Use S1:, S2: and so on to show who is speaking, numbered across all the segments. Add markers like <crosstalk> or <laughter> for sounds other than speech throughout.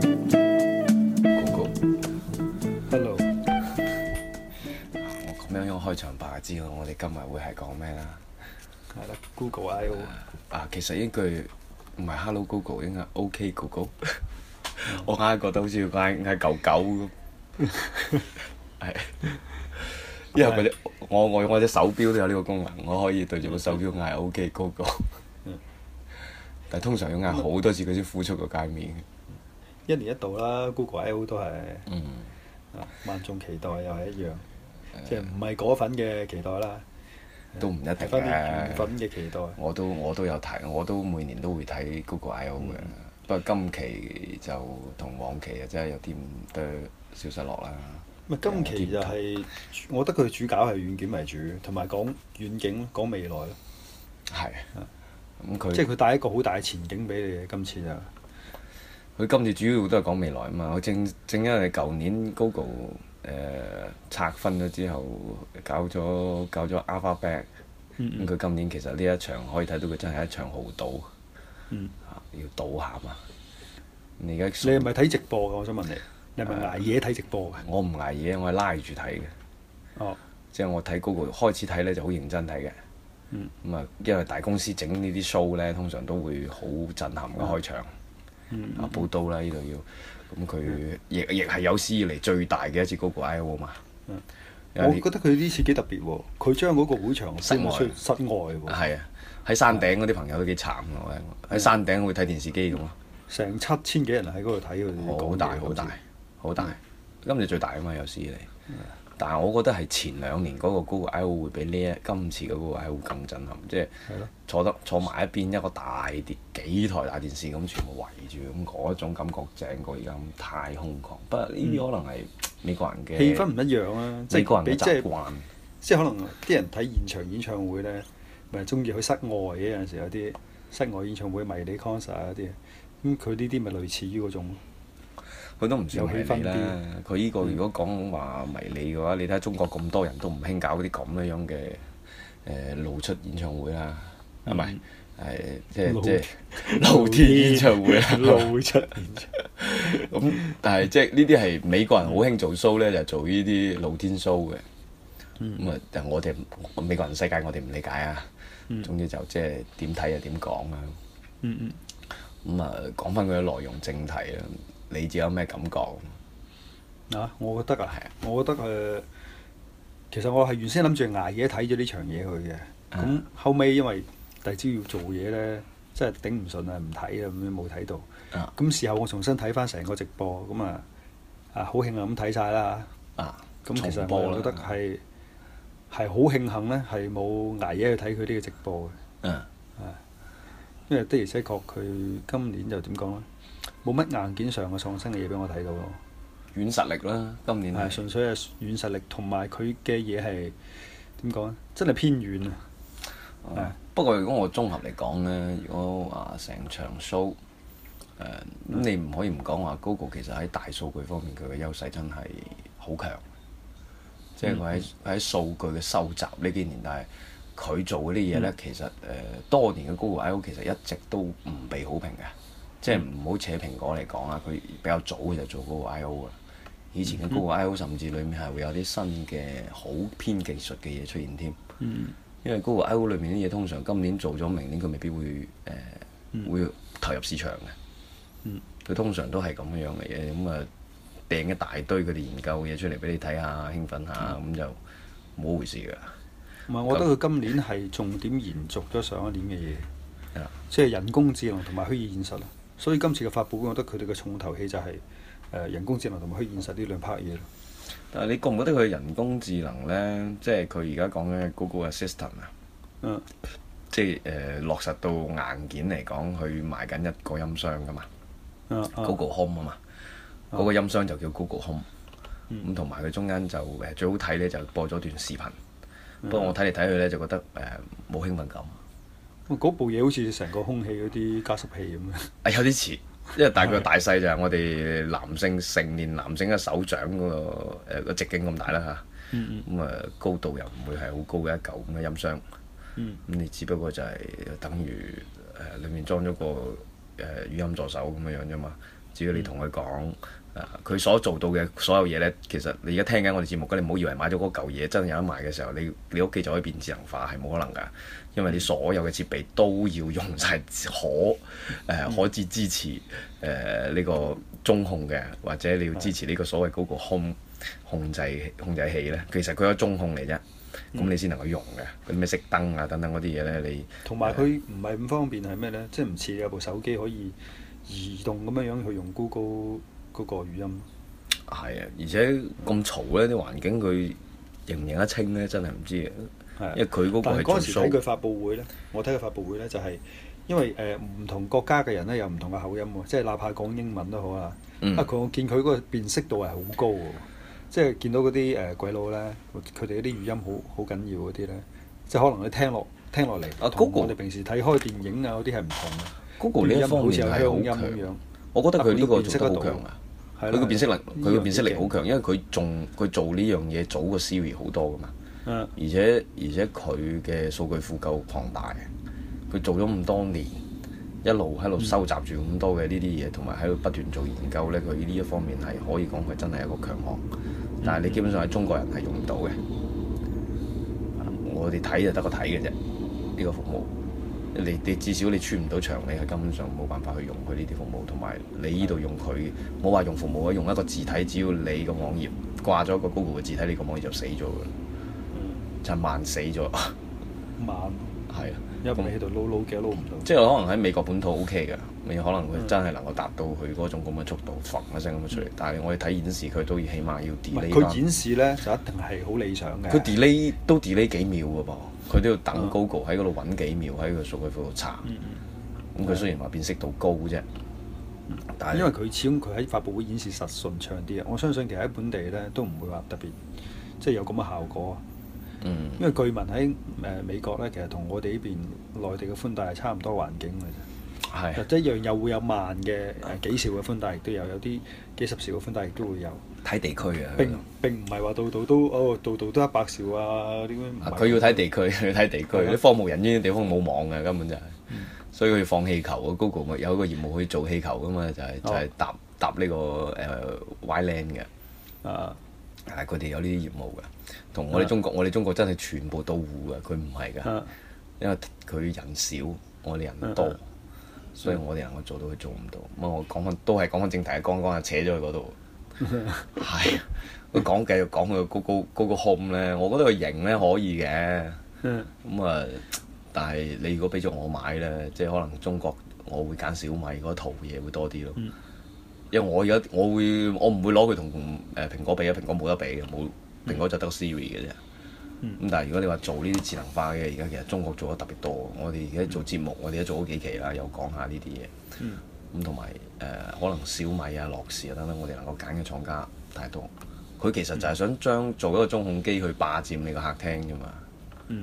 S1: 廣告
S2: Hello，
S1: 我咁樣一個開場白就知道我哋今日會係講咩啦。
S2: 係啦，Google I/O，
S1: 啊，其實呢句唔係 Hello Google，應該係 OK Google。我硬係覺得好似要嗌嗌狗狗咁。 <laughs> 係，因為嗰啲我我我隻手錶都有呢個功能，我可以對住個手錶嗌 OK Google。但係通常要嗌好多次佢先呼出個界面。
S2: 一年一度啦，Google I/O 都係
S1: 嗯，
S2: 啊，萬眾期待又係一樣，即係唔係果粉嘅期待啦，
S1: 都唔一定
S2: 係翻啲緣
S1: 嘅。
S2: 粉嘅期待。
S1: 我都我都有睇，我都每年都會睇 Google I/O 嘅。
S2: 嗯
S1: 不過今期就同往期啊，真係有啲唔對消失落啦。
S2: 咪今期就係，啊我覺得佢主搞係軟件為主，同埋講遠景咯，講未來咯，
S1: 係。咁佢
S2: 即係佢嗯帶一個好大嘅前景俾你嘅。今次就
S1: 佢今次主要都係講未來啊嘛。佢正正因為舊年 Google 誒、拆分咗之後，搞咗搞咗 Alphabet，
S2: 嗯
S1: 咁佢今年其實呢一場可以睇到佢真係一場豪賭，
S2: 嗯
S1: 啊要賭下嘛。你而
S2: 你係
S1: 家
S2: 咪睇直播㗎？我想問你，你係咪捱夜睇直播㗎？
S1: 我唔捱夜，我係拉住睇嘅。
S2: 哦，
S1: 即係我睇 Google 開始睇咧就好認真睇嘅。
S2: 嗯
S1: 咁啊，因為大公司整呢啲 show 咧，通常都會好震撼嘅開場。
S2: 嗯
S1: 啊，報道啦呢度要，咁佢亦亦係有史以嚟最大嘅一次 Google I/O 嘛。
S2: 嗯
S1: 因
S2: 我
S1: 為呢
S2: 覺得佢呢次幾特別喎，佢將嗰個會場
S1: 室外
S2: 搬去室外喎，
S1: 係啊，喺山頂嗰啲朋友都幾慘嘅，我聽過喺山頂會睇電視機咁咯，
S2: 成七千幾人喺嗰度睇佢哋講嘢
S1: 好大
S2: 今次
S1: 好大好大，今次最大啊嘛有史以嚟。
S2: 嗯
S1: 但係我覺得係前兩年嗰個 Google I/O 會比呢一今次嘅 Google I/O 更震撼，即係
S2: 係咯
S1: 坐得坐埋一邊一個大啲幾台大電視咁全部圍住咁嗰種感覺正過而家咁太空曠。不過呢啲可能係美國人嘅
S2: 氣氛唔一樣啊，即
S1: 美國
S2: 係比
S1: 人嘅
S2: 即
S1: 習
S2: 係
S1: 慣。
S2: 即係可能啲人睇現場演唱會咧，咪中意去室外嘅有陣時有啲室外演唱會迷你 concert 啊嗰啲，咁佢呢啲咪類似於嗰種
S1: 佢都唔算迷
S2: 有氣氛嗯
S1: 你啦。佢呢個如果講話迷你嘅話，你睇下中國咁多人都唔興搞嗰啲咁樣樣嘅誒、呃露出演唱會啦，係咪？係即係
S2: 嗯露
S1: 即係露天演唱會啦。啊
S2: <laughs> 露出現場。
S1: <laughs> 咁但係即係呢啲係美國人好興做 show 咧，就做呢啲露天 show 嘅。
S2: 嗯
S1: 咁啊，但係我哋美國人世界我哋唔理解啊。總之就即係點睇就點講啊。
S2: 嗯嗯，
S1: 咁啊，講翻佢嘅內容正題啦。你自己有咩感覺？
S2: 啊，我覺得啊，我覺得誒、呃其實我係原先諗住捱夜睇咗呢場嘢佢嘅，
S1: 啊
S2: 咁後尾因為第二朝要做嘢咧，真係頂唔順啊，唔睇啦，咁樣冇睇到。
S1: 啊
S2: 咁事後我重新睇翻成個直播，咁啊啊好慶幸咁睇晒啦。
S1: 啊，
S2: 咁其實
S1: 重播
S2: 我
S1: 啦
S2: 覺得係係好慶幸咧，係冇捱夜去睇佢呢個直播嘅，
S1: 嗯。
S2: 因為的而且確佢今年就點講咧，冇乜硬件上嘅創新嘅嘢俾我睇到咯。
S1: 軟實力啦，今年
S2: 係
S1: 係
S2: 純粹係軟實力，同埋佢嘅嘢係點講咧？啊真係偏遠啊！
S1: 啊不過如果我綜合嚟講呢，如果話成場 show，誒、你唔可以唔講話 Google 其實喺大數據方面佢嘅優勢真係好強，即係佢喺喺數據嘅收集呢幾年，但係佢做嗰啲嘢呢，其實誒、呃多年嘅 Google I/O 其實一直都唔被好評嘅，即係唔好扯蘋果嚟講啊，佢比較早就做 Google I/O 啦。以前嘅 Google I/O 甚至裡面係會有啲新嘅好偏技術嘅嘢出現添。
S2: 嗯
S1: 因為 Google I/O 裏面啲嘢通常今年做咗，明年佢未必會誒、呃會投入市場嘅。
S2: 嗯
S1: 佢通常都係咁樣嘅嘢，咁啊掟一大堆佢哋研究嘅嘢出嚟俾你睇下，興奮下，咁就冇回事㗎啦。
S2: 唔係，我覺得佢今年係重點延續咗上一年嘅嘢，
S1: 係啦
S2: 即係人工智能同埋虛擬現實啊。所以今次嘅發佈會，我覺得佢哋嘅重頭戲就係、誒人工智能同埋虛擬現實呢兩 part 嘢咯。
S1: 但係你覺唔覺得佢人工智能呢？即係佢而家講緊嘅 Google Assistant 啊，
S2: 嗯
S1: 即係誒、呃落實到硬件嚟講，佢賣緊一個音箱㗎嘛。
S2: 嗯嗯
S1: Google Home 啊嗯嘛，嗰、個音箱就叫 Google Home。咁同埋佢中間就誒最好嗯呃睇咧，就播咗段視頻。不過我睇嚟睇去咧，就覺得誒冇興奮感。
S2: 嗰部嘢好似成個空氣嗰啲加濕器咁嘅，
S1: 啊有啲似，因為大概大細就係我哋男性成年男性嘅手掌嗰、個誒個直徑咁大啦嚇。
S2: 嗯
S1: 咁啊高度又唔會係好高嘅一嚿咁嘅音箱。
S2: 嗯
S1: 咁你只不過就係呃等於誒、呃、裡面裝咗個誒、呃、語音助手咁樣樣啫嘛。只要你同佢講誒，佢、所做到嘅所有嘢呢，其實你而家聽緊我哋節目嘅，你唔好以為買咗嗰嚿嘢真係有得賣嘅時候，你你屋企就可以變智能化，係冇可能㗎。因為你所有嘅設備都要用晒可誒、呃可以支持誒呃呢、個中控嘅，或者你要支持呢個所謂嗰個 home 控制控制器呢。其實佢係中控嚟啫，
S2: 嗯
S1: 咁你先能夠用嘅。嗰啲咩熄燈啊等等嗰啲嘢呢，你
S2: 同埋佢唔係咁方便係咩呢？即係唔似你有部手機可以移動咁樣樣去用 Google 嗰個語音。
S1: 係啊，而且咁嘈呢啲環境佢認唔認得清呢？真係唔知嘅，
S2: 係啊
S1: 因為佢嗰個
S2: 但係
S1: 係
S2: 嗰
S1: 做
S2: 陣時睇佢
S1: show
S2: 發佈會咧，我睇佢發佈會咧就係、因為誒唔、同國家嘅人咧有唔同嘅口音喎，即係哪怕講英文都好啊。
S1: 嗯
S2: 啊，佢我見佢嗰個辨識度係好高喎，即係見到嗰啲誒鬼佬咧，佢哋嗰啲語音好好緊要嗰啲咧，即係可能你聽落聽落嚟，
S1: 啊
S2: 同
S1: Google
S2: 我哋平時睇開電影啊嗰啲係唔同
S1: ，Google
S2: 嘅，
S1: 呢
S2: 語
S1: 一
S2: 音
S1: 方
S2: 好似
S1: 面
S2: 有
S1: 係好
S2: 鄉音咁
S1: 強
S2: 樣。。
S1: 我覺得佢呢個做得
S2: 啊佢
S1: 好
S2: 都辨識
S1: 強
S2: 得到
S1: 啊！
S2: 係
S1: 佢
S2: 啦
S1: 個辨識能，佢個辨識力，
S2: 呢
S1: 好強，因為佢仲佢做呢樣嘢早過 Siri 好多噶嘛，
S2: 樣嘢勁
S1: 而且而且佢嘅數據庫夠龐大，佢做咗咁多年，一路喺度收集住咁多嘅呢啲嘢，同埋喺度不斷做研究呢佢呢一方面係可以講佢真係一個強項，但係你基本上喺中國人係用唔到嘅，我哋睇就得個睇嘅啫，呢個服務。你你至少你穿唔到牆，你係根本上冇辦法去用佢呢啲服務，同埋你呢度用佢冇話用服務啊，用一個字體，只要你個網頁掛咗個 Google 嘅字體，你個網頁就死咗㗎啦，就係慢死咗， <laughs> 係
S2: 嗯慢，
S1: 啊，
S2: 因為你喺度撈撈嘅撈唔到。
S1: 即係可能喺美國本土 OK 㗎，你可能佢真係能夠達到佢嗰種咁嘅速度，揈一聲咁樣出嚟，但係我哋睇演示佢都要起碼要
S2: 唔
S1: delay
S2: 係佢
S1: 返啊
S2: 演示咧就一定係好理想嘅。
S1: 佢 delay 都 delay 幾秒㗎噃，佢都要等
S2: 嗯
S1: Google 喺嗰度揾幾秒喺個數據庫度查，
S2: 嗯嗯
S1: 咁佢雖然話辨識度高啫，但係
S2: 因為佢始終佢喺發佈會演示實順暢啲啊，我相信其實喺本地咧都唔會話特別即係有咁嘅效果啊。
S1: 嗯。
S2: 因為據聞喺誒、呃美國咧，其實同我哋呢邊內地嘅寬帶係差唔多環境嘅
S1: 係
S2: 啫，即係一樣又會有慢嘅誒幾兆嘅寬帶，亦都有有啲幾十兆嘅寬帶，亦都會有。
S1: 睇地區啊，
S2: 並並唔係話度度都哦度度都一百兆啊啲咁。唔係
S1: 佢要睇地區， <laughs> 佢要睇地區。
S2: 係啊嗯
S1: 啲荒無人煙嘅地方冇網嘅，根本就係，所以佢放氣球啊。Google 咪有一個業務可以做氣球噶嘛，就係就
S2: 哦
S1: 係搭搭呢個誒 Y land 嘅，
S2: 啊
S1: 係佢哋有呢啲業務嘅。同我哋
S2: 啊
S1: 中國，我哋中國真係全部到戶嘅，佢唔係㗎，
S2: 啊
S1: 因為佢人少，我哋人
S2: 啊
S1: 多
S2: 啊，
S1: 所以我哋能夠做到，佢做唔到。咁啊我講翻都係講翻正題，剛剛就扯咗去嗰
S2: <laughs>
S1: 度。係啊，佢講繼續講佢個 Google Google Home 咧，我覺得佢型咧可以嘅。
S2: 嗯
S1: 咁啊，但係你如果俾咗我買呢，即係可能中國我會揀小米嗰套嘢會多啲咯。
S2: 嗯
S1: 因為我而家我會我唔會攞佢同誒蘋果比啊，蘋果冇得比嘅，冇蘋果就得 Siri 嘅啫。
S2: 嗯
S1: 咁但係如果你話做呢啲智能化嘅，而家其實中國做得特別多。我哋而家做節目，我哋都做咗幾期啦，又講下呢啲嘢。
S2: 嗯
S1: 咁同埋誒可能小米啊、樂視啊等等，我哋能夠揀嘅廠家太多。佢其實
S2: 嗯
S1: 就係想將做一個中控機去霸佔你個客廳啫嘛。
S2: 嗯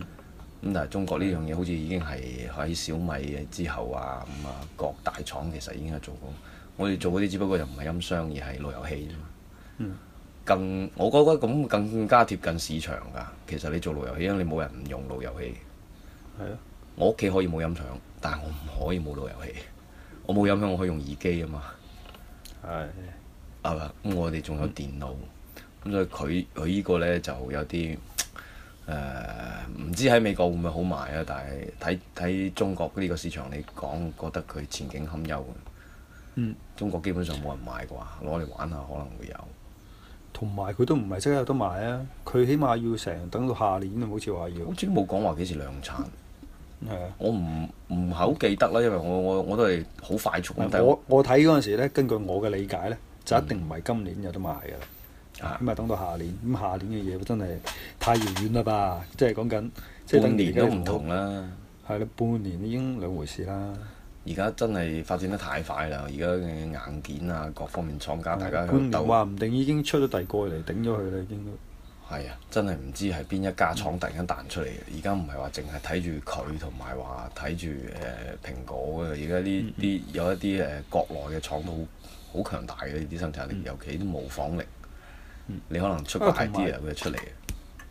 S1: 咁但係中國呢樣嘢好似已經係喺小米之後啊，咁啊各大廠其實已經係做過。我哋做嗰啲只不過就唔係音箱，而係路由器啫嘛。
S2: 嗯
S1: 更我覺得咁更加貼近市場㗎。其實你做路由器，因為你冇人唔用路由器。
S2: 係啊
S1: 我屋企可以冇音響，但係我唔可以冇路由器。我冇音響，我可以用耳機啊嘛。
S2: 係
S1: 係嘛？咁我哋仲有電腦，咁所以佢佢依個呢就有啲誒，唔、知喺美國會唔會好賣啊？但係睇睇中國呢個市場嚟講，覺得佢前景堪憂嘅。
S2: 嗯。
S1: 中國基本上冇人買啩，攞嚟玩下可能會有。
S2: 同埋佢都唔係即刻有得賣啊！佢起碼要成等到下年啊，好似話要
S1: 好似冇講話幾時量產，嗯
S2: 係啊。
S1: 我唔唔係好記得啦，因為我我我都係好快速咁睇。
S2: 我我睇嗰陣時咧，根據我嘅理解咧，就一定唔係今年有得賣㗎啦
S1: 啊，
S2: 咁啊等到下年，咁下年嘅嘢真係太遙遠啦吧？即係講緊，即係
S1: 半
S2: 等於而
S1: 年
S2: 家
S1: 都唔同啦。
S2: 係啦，半年已經兩回事啦。
S1: 而家真係發展得太快啦！而家嘅硬件啊，各方面廠家大家喺度
S2: 半年
S1: 鬥
S2: 話唔定已經出咗第二個嚟頂咗佢啦，已經都
S1: 係啊，真係唔知係邊一家廠突然間彈出嚟嘅。而家唔係話淨係睇住佢，同埋話睇住誒蘋果嘅。而家
S2: 嗯
S1: 呢啲有一啲誒、呃、國內嘅廠都好好強大嘅呢啲生產力，尤其啲模仿力。你可能出個
S2: 啊同埋
S1: idea 佢就出嚟嘅。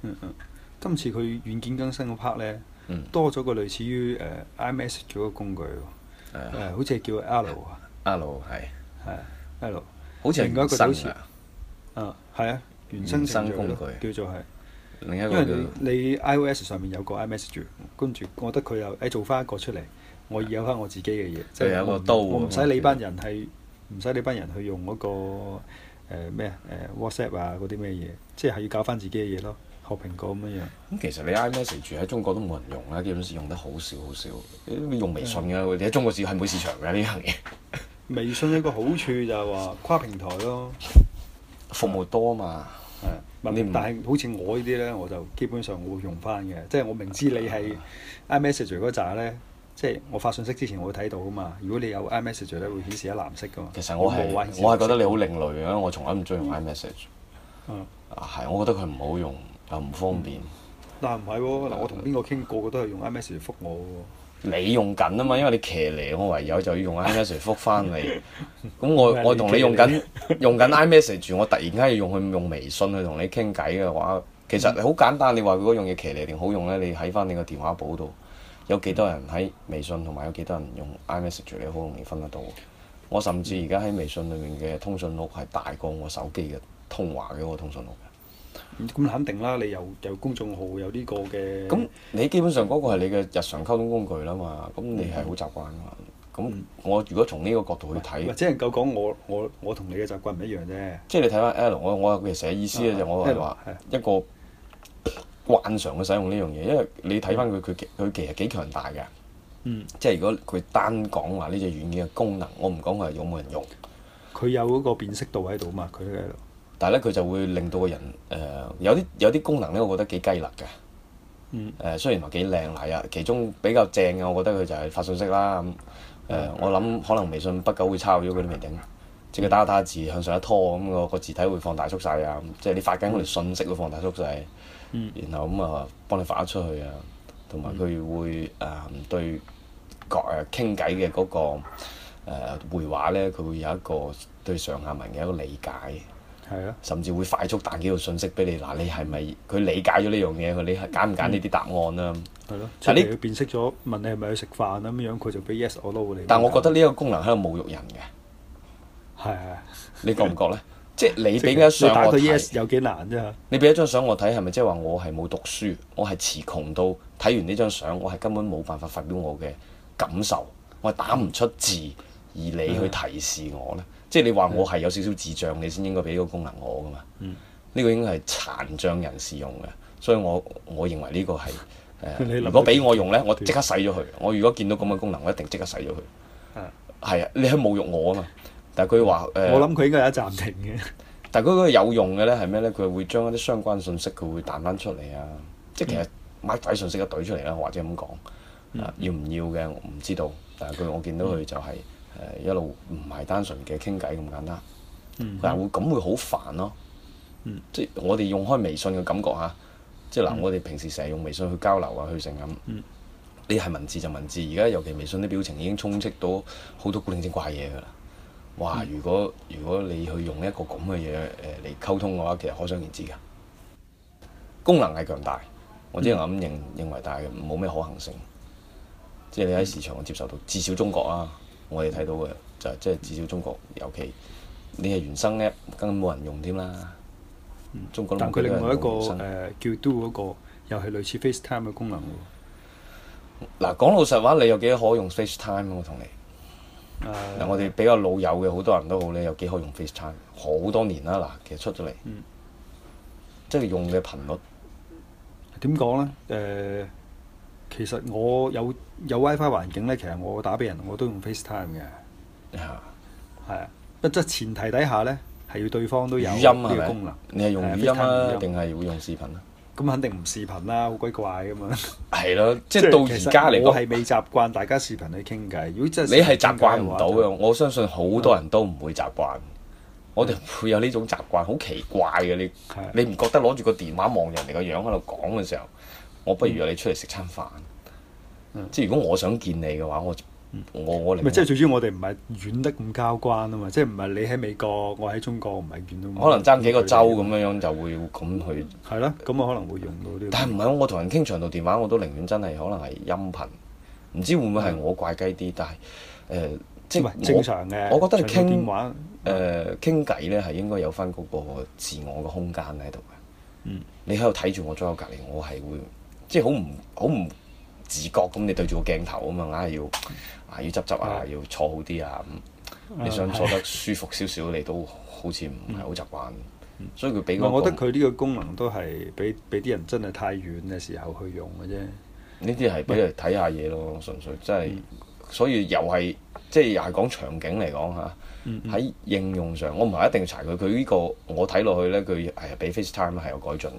S2: 嗯嗯，今次佢軟件更新嗰 part 咧，
S1: 嗯
S2: 多咗個類似於誒 iMessage 嗰個工具喎，
S1: 誒
S2: 誒好似係叫 L 啊，
S1: 阿路係，
S2: 係 L，
S1: 好似係原
S2: 另外一個就好
S1: 生
S2: 似
S1: 㗎。
S2: 啊係啊，
S1: 原
S2: 原生程
S1: 生
S2: 序
S1: 工
S2: 咯叫做係，
S1: 另一
S2: 因
S1: 個
S2: 為
S1: 叫
S2: 你你 iOS 上面有個 iMessage，跟住我覺得佢又誒做翻一個出嚟，我有翻我自己嘅嘢，即
S1: 有
S2: 係
S1: 一個
S2: 我唔
S1: 刀
S2: 我唔
S1: 咁
S2: 使
S1: 啊
S2: 你班人係唔使你班人去用嗰個誒咩啊誒 WhatsApp 啊嗰啲咩嘢，即係要搞翻自己嘅嘢咯，學蘋果咁樣樣。
S1: 咁其實你 iMessage 喺中國都冇人用啦，基本上用得好少好少。用微信
S2: 嗯
S1: 㗎，你喺中國市係冇市場㗎呢樣嘢。
S2: 微信有一個好處就係話跨平台咯，
S1: 服務多嘛，
S2: 係啊
S1: 你唔
S2: 但係好似我呢啲咧，我就基本上我會用翻嘅，即係我明知你係
S1: 啊
S2: iMessage 嗰扎咧，即係我發信息之前我會睇到噶嘛。如果你有 iMessage 咧，會顯示喺藍色噶嘛。
S1: 其實我係
S2: 冇話顯示
S1: 我係覺得
S2: 藍
S1: 你好另類嘅，我從來唔中意用 iMessage。
S2: 色，嗯
S1: 啊，係，我覺得佢唔好用，又唔方便。
S2: 嗱唔係喎，嗱我
S1: 啊
S2: 同邊個傾，個個都係用 iMessage 覆我喎。
S1: 你用緊啊嘛，因為你騎呢，我唯有就要用 iMessage 覆翻你。
S2: <laughs>
S1: 咁我
S2: 唔係
S1: 我
S2: 啊你
S1: 同
S2: 騎
S1: 你
S2: 呢
S1: 用緊用緊 iMessage，我突然間要用去用微信去同你傾偈嘅話，其實
S2: 嗯
S1: 好簡單。你話佢嗰樣嘢騎呢定好用呢？你喺翻你個電話簿度，有幾多人喺微信同埋有幾多人用 iMessage，你好容易分得到。我甚至而家喺微信裏面嘅通訊錄係大過我手機嘅通話嘅嗰個通訊錄嘅。
S2: 咁肯定啦，你有有公眾號，有呢個嘅。
S1: 咁你基本上嗰個係你嘅日常溝通工具啦嘛，咁你係好習慣噶嘛。咁我如果從呢個角度去
S2: 或
S1: 睇，
S2: 者能夠講我我我同你嘅習慣唔一樣啫。
S1: 即係你睇翻 L，我我其實意思咧就我係話
S2: 啊
S1: 一個慣常嘅使用呢樣嘢，因為你睇翻佢佢其佢其實幾強大嘅。
S2: 嗯，
S1: 即係如果佢單講話呢隻軟件嘅功能，我唔講佢係有冇人用，
S2: 佢有嗰個辨識度喺度嘛，佢喺度。
S1: 但係咧佢就會令到個人誒、呃有啲有啲功能咧，我覺得幾雞肋嘅。
S2: 嗯。
S1: 誒、雖然話幾靚係啊，其中比較正嘅，我覺得佢就係發信息啦。咁誒、呃
S2: 嗯
S1: 我諗可能微信不久會抄咗佢都未定，即係佢打打字向上一拖咁，個個字體會放大縮晒啊。咁即係你發緊嗰條信息會放大縮晒，
S2: 嗯
S1: 然後咁啊幫你發咗出去啊，同埋佢
S2: 嗯
S1: 會誒、呃對各誒傾偈嘅嗰個誒、會話咧，佢會有一個對上下文嘅一個理解。
S2: 係啊。
S1: 甚至會快速彈幾條信息俾你，嗱你係咪佢理解咗呢樣嘢？佢你係揀唔揀呢啲答案啊啦、
S2: 係咯，即
S1: 但
S2: 係
S1: 呢
S2: 佢辨識咗問你係咪去食飯啊咁樣，佢就俾 yes or no 你。
S1: 但我覺得呢一個功能喺度侮辱人嘅，
S2: 係係，
S1: 你覺唔 <laughs> 覺呢？即係你
S2: 你
S1: 俾咗相
S2: 打
S1: 我
S2: 到
S1: 睇，
S2: yes 有幾難啫？
S1: 你俾一張相我睇，係咪即係話我係冇讀書，我係詞窮到睇完呢張相，我係根本冇辦法發表我嘅感受，我係打唔出字，而你
S2: 嗯
S1: 去提示我呢？即係你話我係有少少智障，你先應該俾呢個功能我噶嘛？
S2: 嗯
S1: 呢個應該係殘障人士用嘅，所以我我認為呢個係誒，
S2: <laughs> 你諗
S1: 如果俾我用呢，我
S2: 點
S1: 即刻洗咗佢。我如果見到咁嘅功能，我一定即刻洗咗佢。
S2: 啊
S1: 係啊，你係侮辱我啊嘛！但係佢話誒，
S2: 我諗佢應該有一暫停嘅。
S1: 但係佢嗰個有用嘅呢係咩呢？佢會將一啲相關信息佢會彈翻出嚟啊！即係
S2: 嗯
S1: 其實乜鬼信息都懟出嚟啦，或者咁講、啊要唔要嘅我唔知道，但係佢我見到
S2: 嗯
S1: 佢就係、誒一路唔係單純嘅傾偈咁簡單。
S2: 嗯
S1: 但係會咁會好煩咯。
S2: 嗯
S1: 即係我哋用開微信嘅感覺嚇，即係嗱，我哋平時成日用微信去交流啊，去成咁。
S2: 嗯
S1: 你係文字就文字，而家尤其微信啲表情已經充斥到好多古靈精怪嘢㗎啦。哇！
S2: 嗯
S1: 如果如果你去用一個咁嘅嘢誒呃嚟溝通嘅話，其實可想而知㗎。功能係強大，我只能
S2: 嗯
S1: 咁認認為，但係冇咩可行性。即係你
S2: 嗯
S1: 喺市場接受到，至少中國啊，我哋睇到嘅就係即係至少中國，尤其你係原生 app 根本冇人用添啦。中國都
S2: 嗯
S1: 冇
S2: 但佢
S1: 幾
S2: 另
S1: 多
S2: 外一
S1: 人
S2: 個
S1: 用原生。
S2: 誒叫 Do 嗰個，又係類似 FaceTime 嘅功能喎。
S1: 嗱講老實話，你有幾可用 FaceTime 啊我同你嗱，我哋比較老友嘅好多人都好咧，有幾可用 FaceTime 好多年啦嗱，其實出咗嚟，
S2: 嗯
S1: 即係用嘅頻率
S2: 誒點講咧？誒，其實我有有 WiFi 環境咧，其實我打俾人我都用 FaceTime 嘅，
S1: 嚇
S2: 係啊。不即係前提底下咧，係要對方都
S1: 語
S2: 有
S1: 音係
S2: 呢個
S1: 咪
S2: 功能，？
S1: 你係用
S2: 係啊
S1: 語
S2: FaceTime
S1: 音
S2: 語
S1: 啊
S2: 音，
S1: 定係會用視頻啊？
S2: 咁肯定唔視頻啦，好鬼怪咁樣。
S1: 係咯，即係到而家嚟
S2: 其實我係
S1: 講，
S2: 未習慣大家視頻去傾偈。如果真係
S1: 你係
S2: 視頻
S1: 習慣唔到
S2: 傾偈
S1: 嘅。
S2: 話
S1: 我相信好多人都唔會習慣。我哋會有呢種習慣，好奇怪嘅你
S2: 係，
S1: 你唔覺得攞住個電話望人哋個樣喺度講嘅時候，我不如約你出嚟食餐飯。
S2: 嗯
S1: 即係如果我想見你嘅話，我我我
S2: 咪即係
S1: 寧
S2: 最主要我哋唔係遠得咁交關啊嘛，即係唔係你喺美國，我喺中國，唔係遠到咁
S1: 可能爭幾個州
S2: 距離
S1: 咁樣樣就會咁去。
S2: 係啦，咁啊我可能會用到啊呢個。
S1: 但係唔係我同人傾長途電話，我都寧願真係可能係音頻，唔知會唔會係我怪雞啲，但係誒、呃即
S2: 嗯唔
S1: 係
S2: 係
S1: 我
S2: 正常嘅。
S1: 我覺得你
S2: 長途
S1: 傾
S2: 電話，
S1: 誒傾偈咧係應該有翻嗰個自我嘅空間喺度嘅。
S2: 嗯
S1: 你喺度睇住我左右隔離，我係會即係好唔好唔自覺咁，你對住個鏡頭咁啊，硬係要
S2: 嗯
S1: 啊要執執啊，要坐好啲啊咁。你想坐得
S2: 嗯
S1: 舒服少少，你都好似唔係好習慣，所以佢俾
S2: 嗯唔係
S1: 嗰
S2: 我
S1: 個
S2: 覺得佢呢個功能都係俾俾啲人真係太遠嘅時候去用嘅啫。
S1: 呢啲係俾你睇下嘢咯，純粹真係，
S2: 嗯
S1: 所以又係即係又係講場景嚟講嚇。
S2: 嗯嗯
S1: 喺應用上，我唔係一定查佢，佢呢個我睇落去呢，佢係比 FaceTime 係有改進嘅。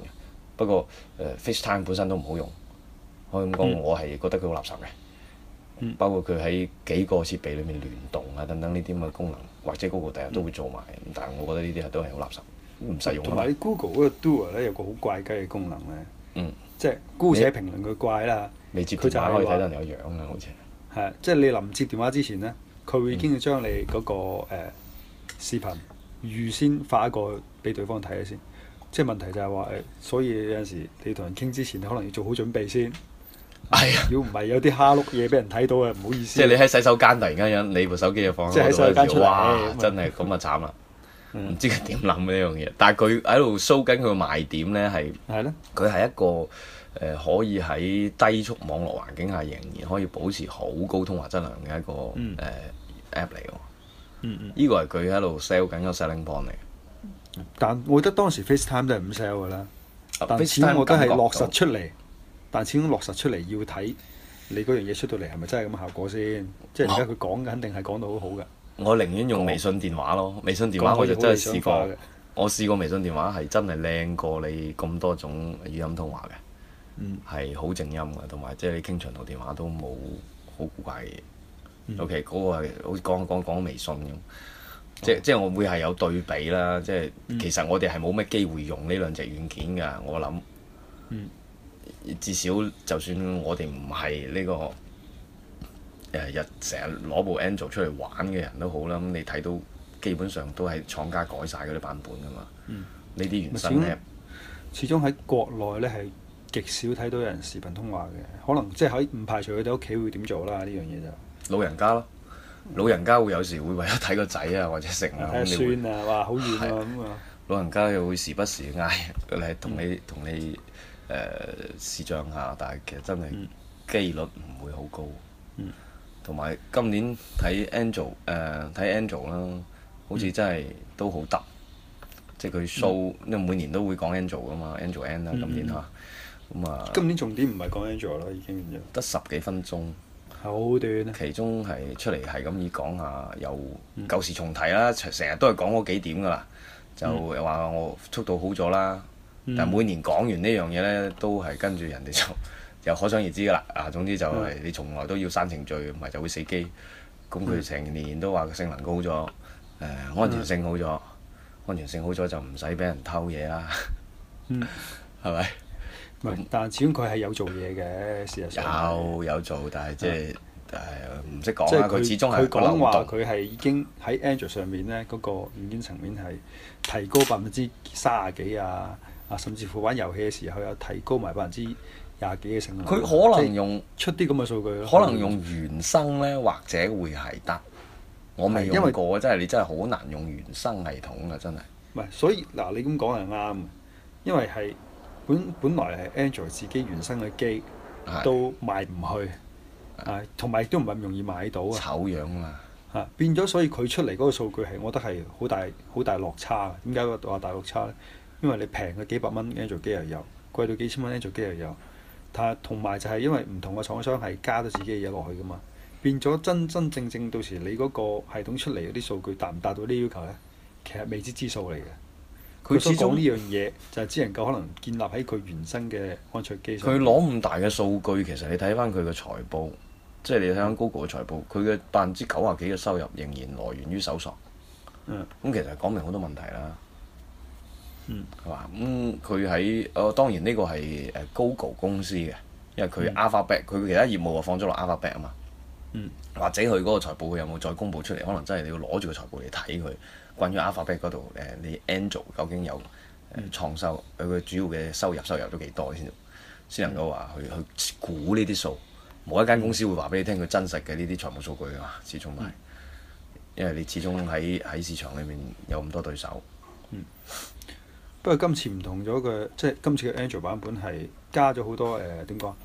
S1: 不過誒、呃 FaceTime 本身都唔好用，可以咁講，
S2: 嗯
S1: 我係覺得佢好垃圾嘅。
S2: 嗯
S1: 包括佢喺幾個設備裏面聯動啊等等呢啲咁嘅功能，或者 Google 第日都會做埋，但係我覺得呢啲係都係好垃圾，唔實用
S2: 同
S1: 啊嘛
S2: 埋。你 Google 嗰個 Duo 咧有個好怪雞嘅功能咧，
S1: 嗯，
S2: 即係姑且評論佢怪啦。
S1: 未接
S2: 佢就
S1: 電話可以
S2: 係話
S1: 睇到人哋個樣啊，好似
S2: 係，即係你臨接電話之前咧，佢會已經將你嗰、個誒、呃、視頻預先發一個俾對方睇嘅先。即係問題就係話誒，所以有陣時你同人傾之前，你可能要做好準備先。
S1: 係啊，
S2: 如果唔係有啲蝦碌嘢俾人睇到啊，唔好意思。
S1: 即係你喺洗手間突然間有人你部手機就放
S2: 即
S1: 喺
S2: 係
S1: 嗰
S2: 喺洗手
S1: 度
S2: 間
S1: 嗰
S2: 出
S1: 時，
S2: 嚟
S1: 哇！
S2: 咁啊
S1: 真係咁啊慘啦〜唔
S2: 嗯
S1: 知佢點諗呢樣嘢，但係佢喺度 show 緊佢個賣點呢，係
S2: 係咧，
S1: 佢係一個誒、呃可以喺低速網絡環境下仍然可以保持好高通話質量嘅一個誒、
S2: 嗯
S1: 呃 app 嚟喎。
S2: 嗯嗯。
S1: 呢個係佢喺度 sell 緊個 selling point 嚟嘅。
S2: 但我覺得當時 FaceTime 都係咁 sell 噶啦，但始
S1: 啊 FaceTime
S2: 終我覺得
S1: 感覺
S2: 係
S1: 到
S2: 落實出嚟，但始終落實出嚟要睇你嗰樣嘢出到嚟係咪真係咁嘅效果先。即係而家佢講嘅肯定係講到好好嘅，
S1: 我寧願用微信電話咯，微信電話我就
S2: 講哦到
S1: 真
S2: 好理
S1: 係
S2: 想
S1: 試
S2: 化
S1: 過
S2: 嘅。，
S1: 我試過微信電話係真係靚過你咁多種語音通話嘅，
S2: 嗯
S1: 係好靜音嘅，同埋即係你傾長途電話都冇好古怪嘅嘢。
S2: 嗯
S1: O.K. 嗰個係好似講講講微信咁，即即係我會係有對比啦。即係
S2: 哦嗯
S1: 其實我哋係冇咩機會用呢兩隻軟件㗎。我諗，
S2: 嗯
S1: 至少就算我哋唔係呢個誒日成日攞部 Android 出嚟玩嘅人都好啦，咁你睇到基本上都係廠家改晒嗰啲版本㗎嘛。
S2: 嗯
S1: 呢啲原生
S2: 咪
S1: app
S2: 始終始終喺國內咧係極少睇到有人視頻通話嘅，可能即係喺唔排除佢哋屋企會點做啦呢樣嘢就
S1: 老人家咯，老人家會有時會為咗睇個仔啊或者成啊，咁
S2: 睇
S1: 你會
S2: 下孫嗯啊，哇好遠啊咁啊，
S1: 老人家又會時不時嗌嚟同
S2: 嗯
S1: 你同你誒視像下，但係其實真係
S2: 嗯
S1: 機率唔會好高
S2: 嗯。
S1: 同埋今年睇 Angel 誒睇 Angel 啦，好
S2: 嗯
S1: 似真係都好得，即係佢 show，因為每年都會講 Angel 噶嘛，Angel N 啦，
S2: 嗯
S1: 今年嚇，咁啊
S2: 今年重點唔係講 Android 啦，已經變咗
S1: 得十幾分鐘。
S2: 好短啊，
S1: 其中係出嚟係咁以講下，又
S2: 嗯
S1: 舊時重提啦，成成日都係講嗰幾點噶啦，就話我速度好咗啦，
S2: 嗯
S1: 但每年講完呢樣嘢呢，都係跟住人哋就 <laughs> 又可想而知噶啦。啊，總之就
S2: 嗯
S1: 係你從來都要刪程序，唔係就會死機。咁
S2: 嗯
S1: 佢成年都話性能高咗，誒、安全性好咗，安全性好咗就唔使俾人偷嘢啦，
S2: 嗯，
S1: <laughs> 係咪？
S2: 唔係，但始終佢係有做嘢嘅，事實上
S1: 有有做，但係即係但係唔識講
S2: 即
S1: 啦。
S2: 係
S1: 佢始終係
S2: 佢
S1: 個
S2: 講
S1: 漏
S2: 話
S1: 洞。
S2: 佢係已經喺 Android 上面咧嗰個軟件層面係提高百分之三十幾啊啊，甚至乎玩遊戲嘅時候有提高埋百分之廿幾嘅性能。
S1: 佢可
S2: 即
S1: 能
S2: 係
S1: 用。
S2: 出啲咁嘅數據咯，
S1: 可能用原生呢，或者會係得。我未
S2: 係因
S1: 用
S2: 為
S1: 過，真係你真係好難用原生系統啊！真係
S2: 唔係，所以嗱你咁講係啱嘅，因為係本本來係 Android 自己原生嘅機
S1: 係
S2: 都賣唔去啊，同埋亦都唔係咁容易買到啊。
S1: 醜樣啊嘛，
S2: 啊，變咗所以佢出嚟嗰個數據係，我覺得係好大好大落差嘅。點解話大落差呢？因為你平嘅幾百蚊 Android 機又有，貴到幾千蚊 Android 機又有，但同埋就係因為唔同嘅廠商係加咗自己嘅嘢落去噶嘛，變咗真真正正到時你嗰個系統出嚟嗰啲數據達唔達到呢要求呢？其實未知之數嚟嘅。
S1: 佢
S2: 所
S1: 始
S2: 講呢
S1: 終
S2: 樣嘢就係只能夠可能建立喺佢原生嘅安卓機上
S1: 佢
S2: 面。
S1: 攞咁大嘅數據，其實你睇翻佢嘅財報，即係你睇翻 Google 嘅財報，佢嘅百分之九啊幾嘅收入仍然來源於搜索，
S2: 嗯
S1: 咁其實講明好多問題啦，
S2: 嗯
S1: 係嘛？咁佢喺哦，當然呢個係誒 Google 公司嘅，因為佢 Alphabet 佢其他業務啊放咗落 Alphabet 啊嘛，
S2: 嗯
S1: 或者佢嗰個財報佢有冇再公佈出嚟？可能真係你要攞住個財報嚟睇佢關於 Alphabet 嗰度誒，你 Angel 究竟有
S2: 嗯
S1: 誒創收佢嘅主要嘅收入收入都幾多先先能夠話去去估呢啲數。冇一間公司會話俾你聽佢真實嘅呢啲財務數據㗎啊嘛，始終都係。因為你始終喺喺市場裏面有咁多對手，
S2: 不過今次唔同咗嘅，即係今次嘅 Angel 版本係加咗好多誒點講啊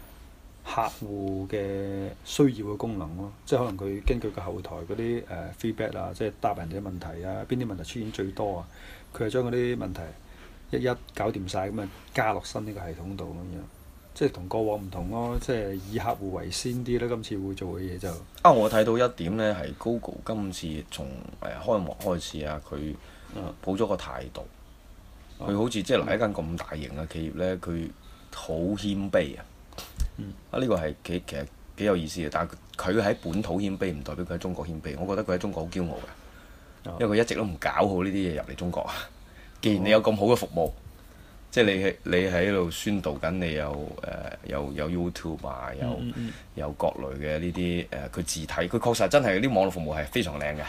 S2: 客戶嘅需要嘅功能咯，即係可能佢根據個後台嗰啲誒 feedback 啊，即係答人哋嘅問題啊，邊啲問題出現最多啊，佢係將嗰啲問題一一搞掂晒咁啊，加落新呢個系統度咁樣，即係同過往唔同咯，即係以客戶為先啲啦。今次會做嘅嘢就
S1: 啊，我睇到一點呢，係 Google 今次從誒開幕開始啊，佢
S2: 嗯哦
S1: 抱咗個態度，佢好似即係嗱一間咁大型嘅企業呢，佢好謙卑啊
S2: 嗯。
S1: 啊，呢個係幾其實幾有意思嘅，但係佢喺本土謙卑唔代表佢喺中國謙卑，我覺得佢喺中國好驕傲
S2: 哦
S1: 嘅，因為佢一直都唔搞好呢啲嘢入嚟中國啊。既然你有咁好嘅服務，即係你喺你喺度宣導緊，你有誒、呃有有 YouTube 啊，有。
S2: 嗯嗯
S1: 有各類嘅呢啲誒，呃佢、字體佢確實真係啲網絡服務係非常靚嘅，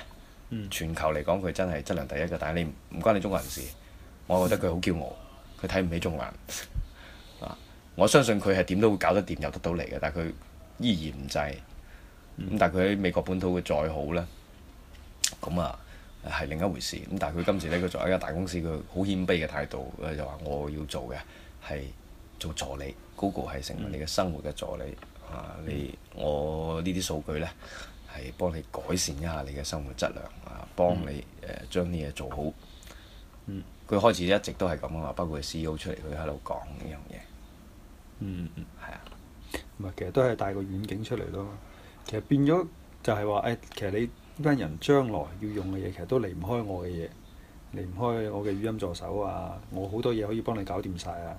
S2: 嗯
S1: 全球嚟講佢真係質量第一嘅。但係你唔唔關你中國人事，我覺得佢好驕傲，佢睇唔起中國人啊！我相信佢係點都會搞得掂，入得到嚟嘅，但係佢依然唔制。咁、但係佢喺美國本土嘅再好呢，咁啊係另一回事。咁但係佢今次呢，佢作為一間大公司，佢好謙卑嘅態度，誒就話我要做嘅係做助理，Google 係成
S2: 嗯
S1: 為你嘅生活嘅助理。啊！你我呢啲數據呢，係幫你改善一下你嘅生活質量啊，幫你誒將啲嘢做好。
S2: 嗯。
S1: 佢開始一直都係咁啊嘛，包括 CEO 出嚟，佢喺度講呢樣嘢，
S2: 嗯嗯。
S1: 係啊，
S2: 唔係，其實都係帶個遠景出嚟咯。其實變咗就係話，誒，其實你呢班人將來要用嘅嘢，其實都離唔開我嘅嘢，離唔開我嘅語音助手啊，我好多嘢可以幫你搞掂晒啊。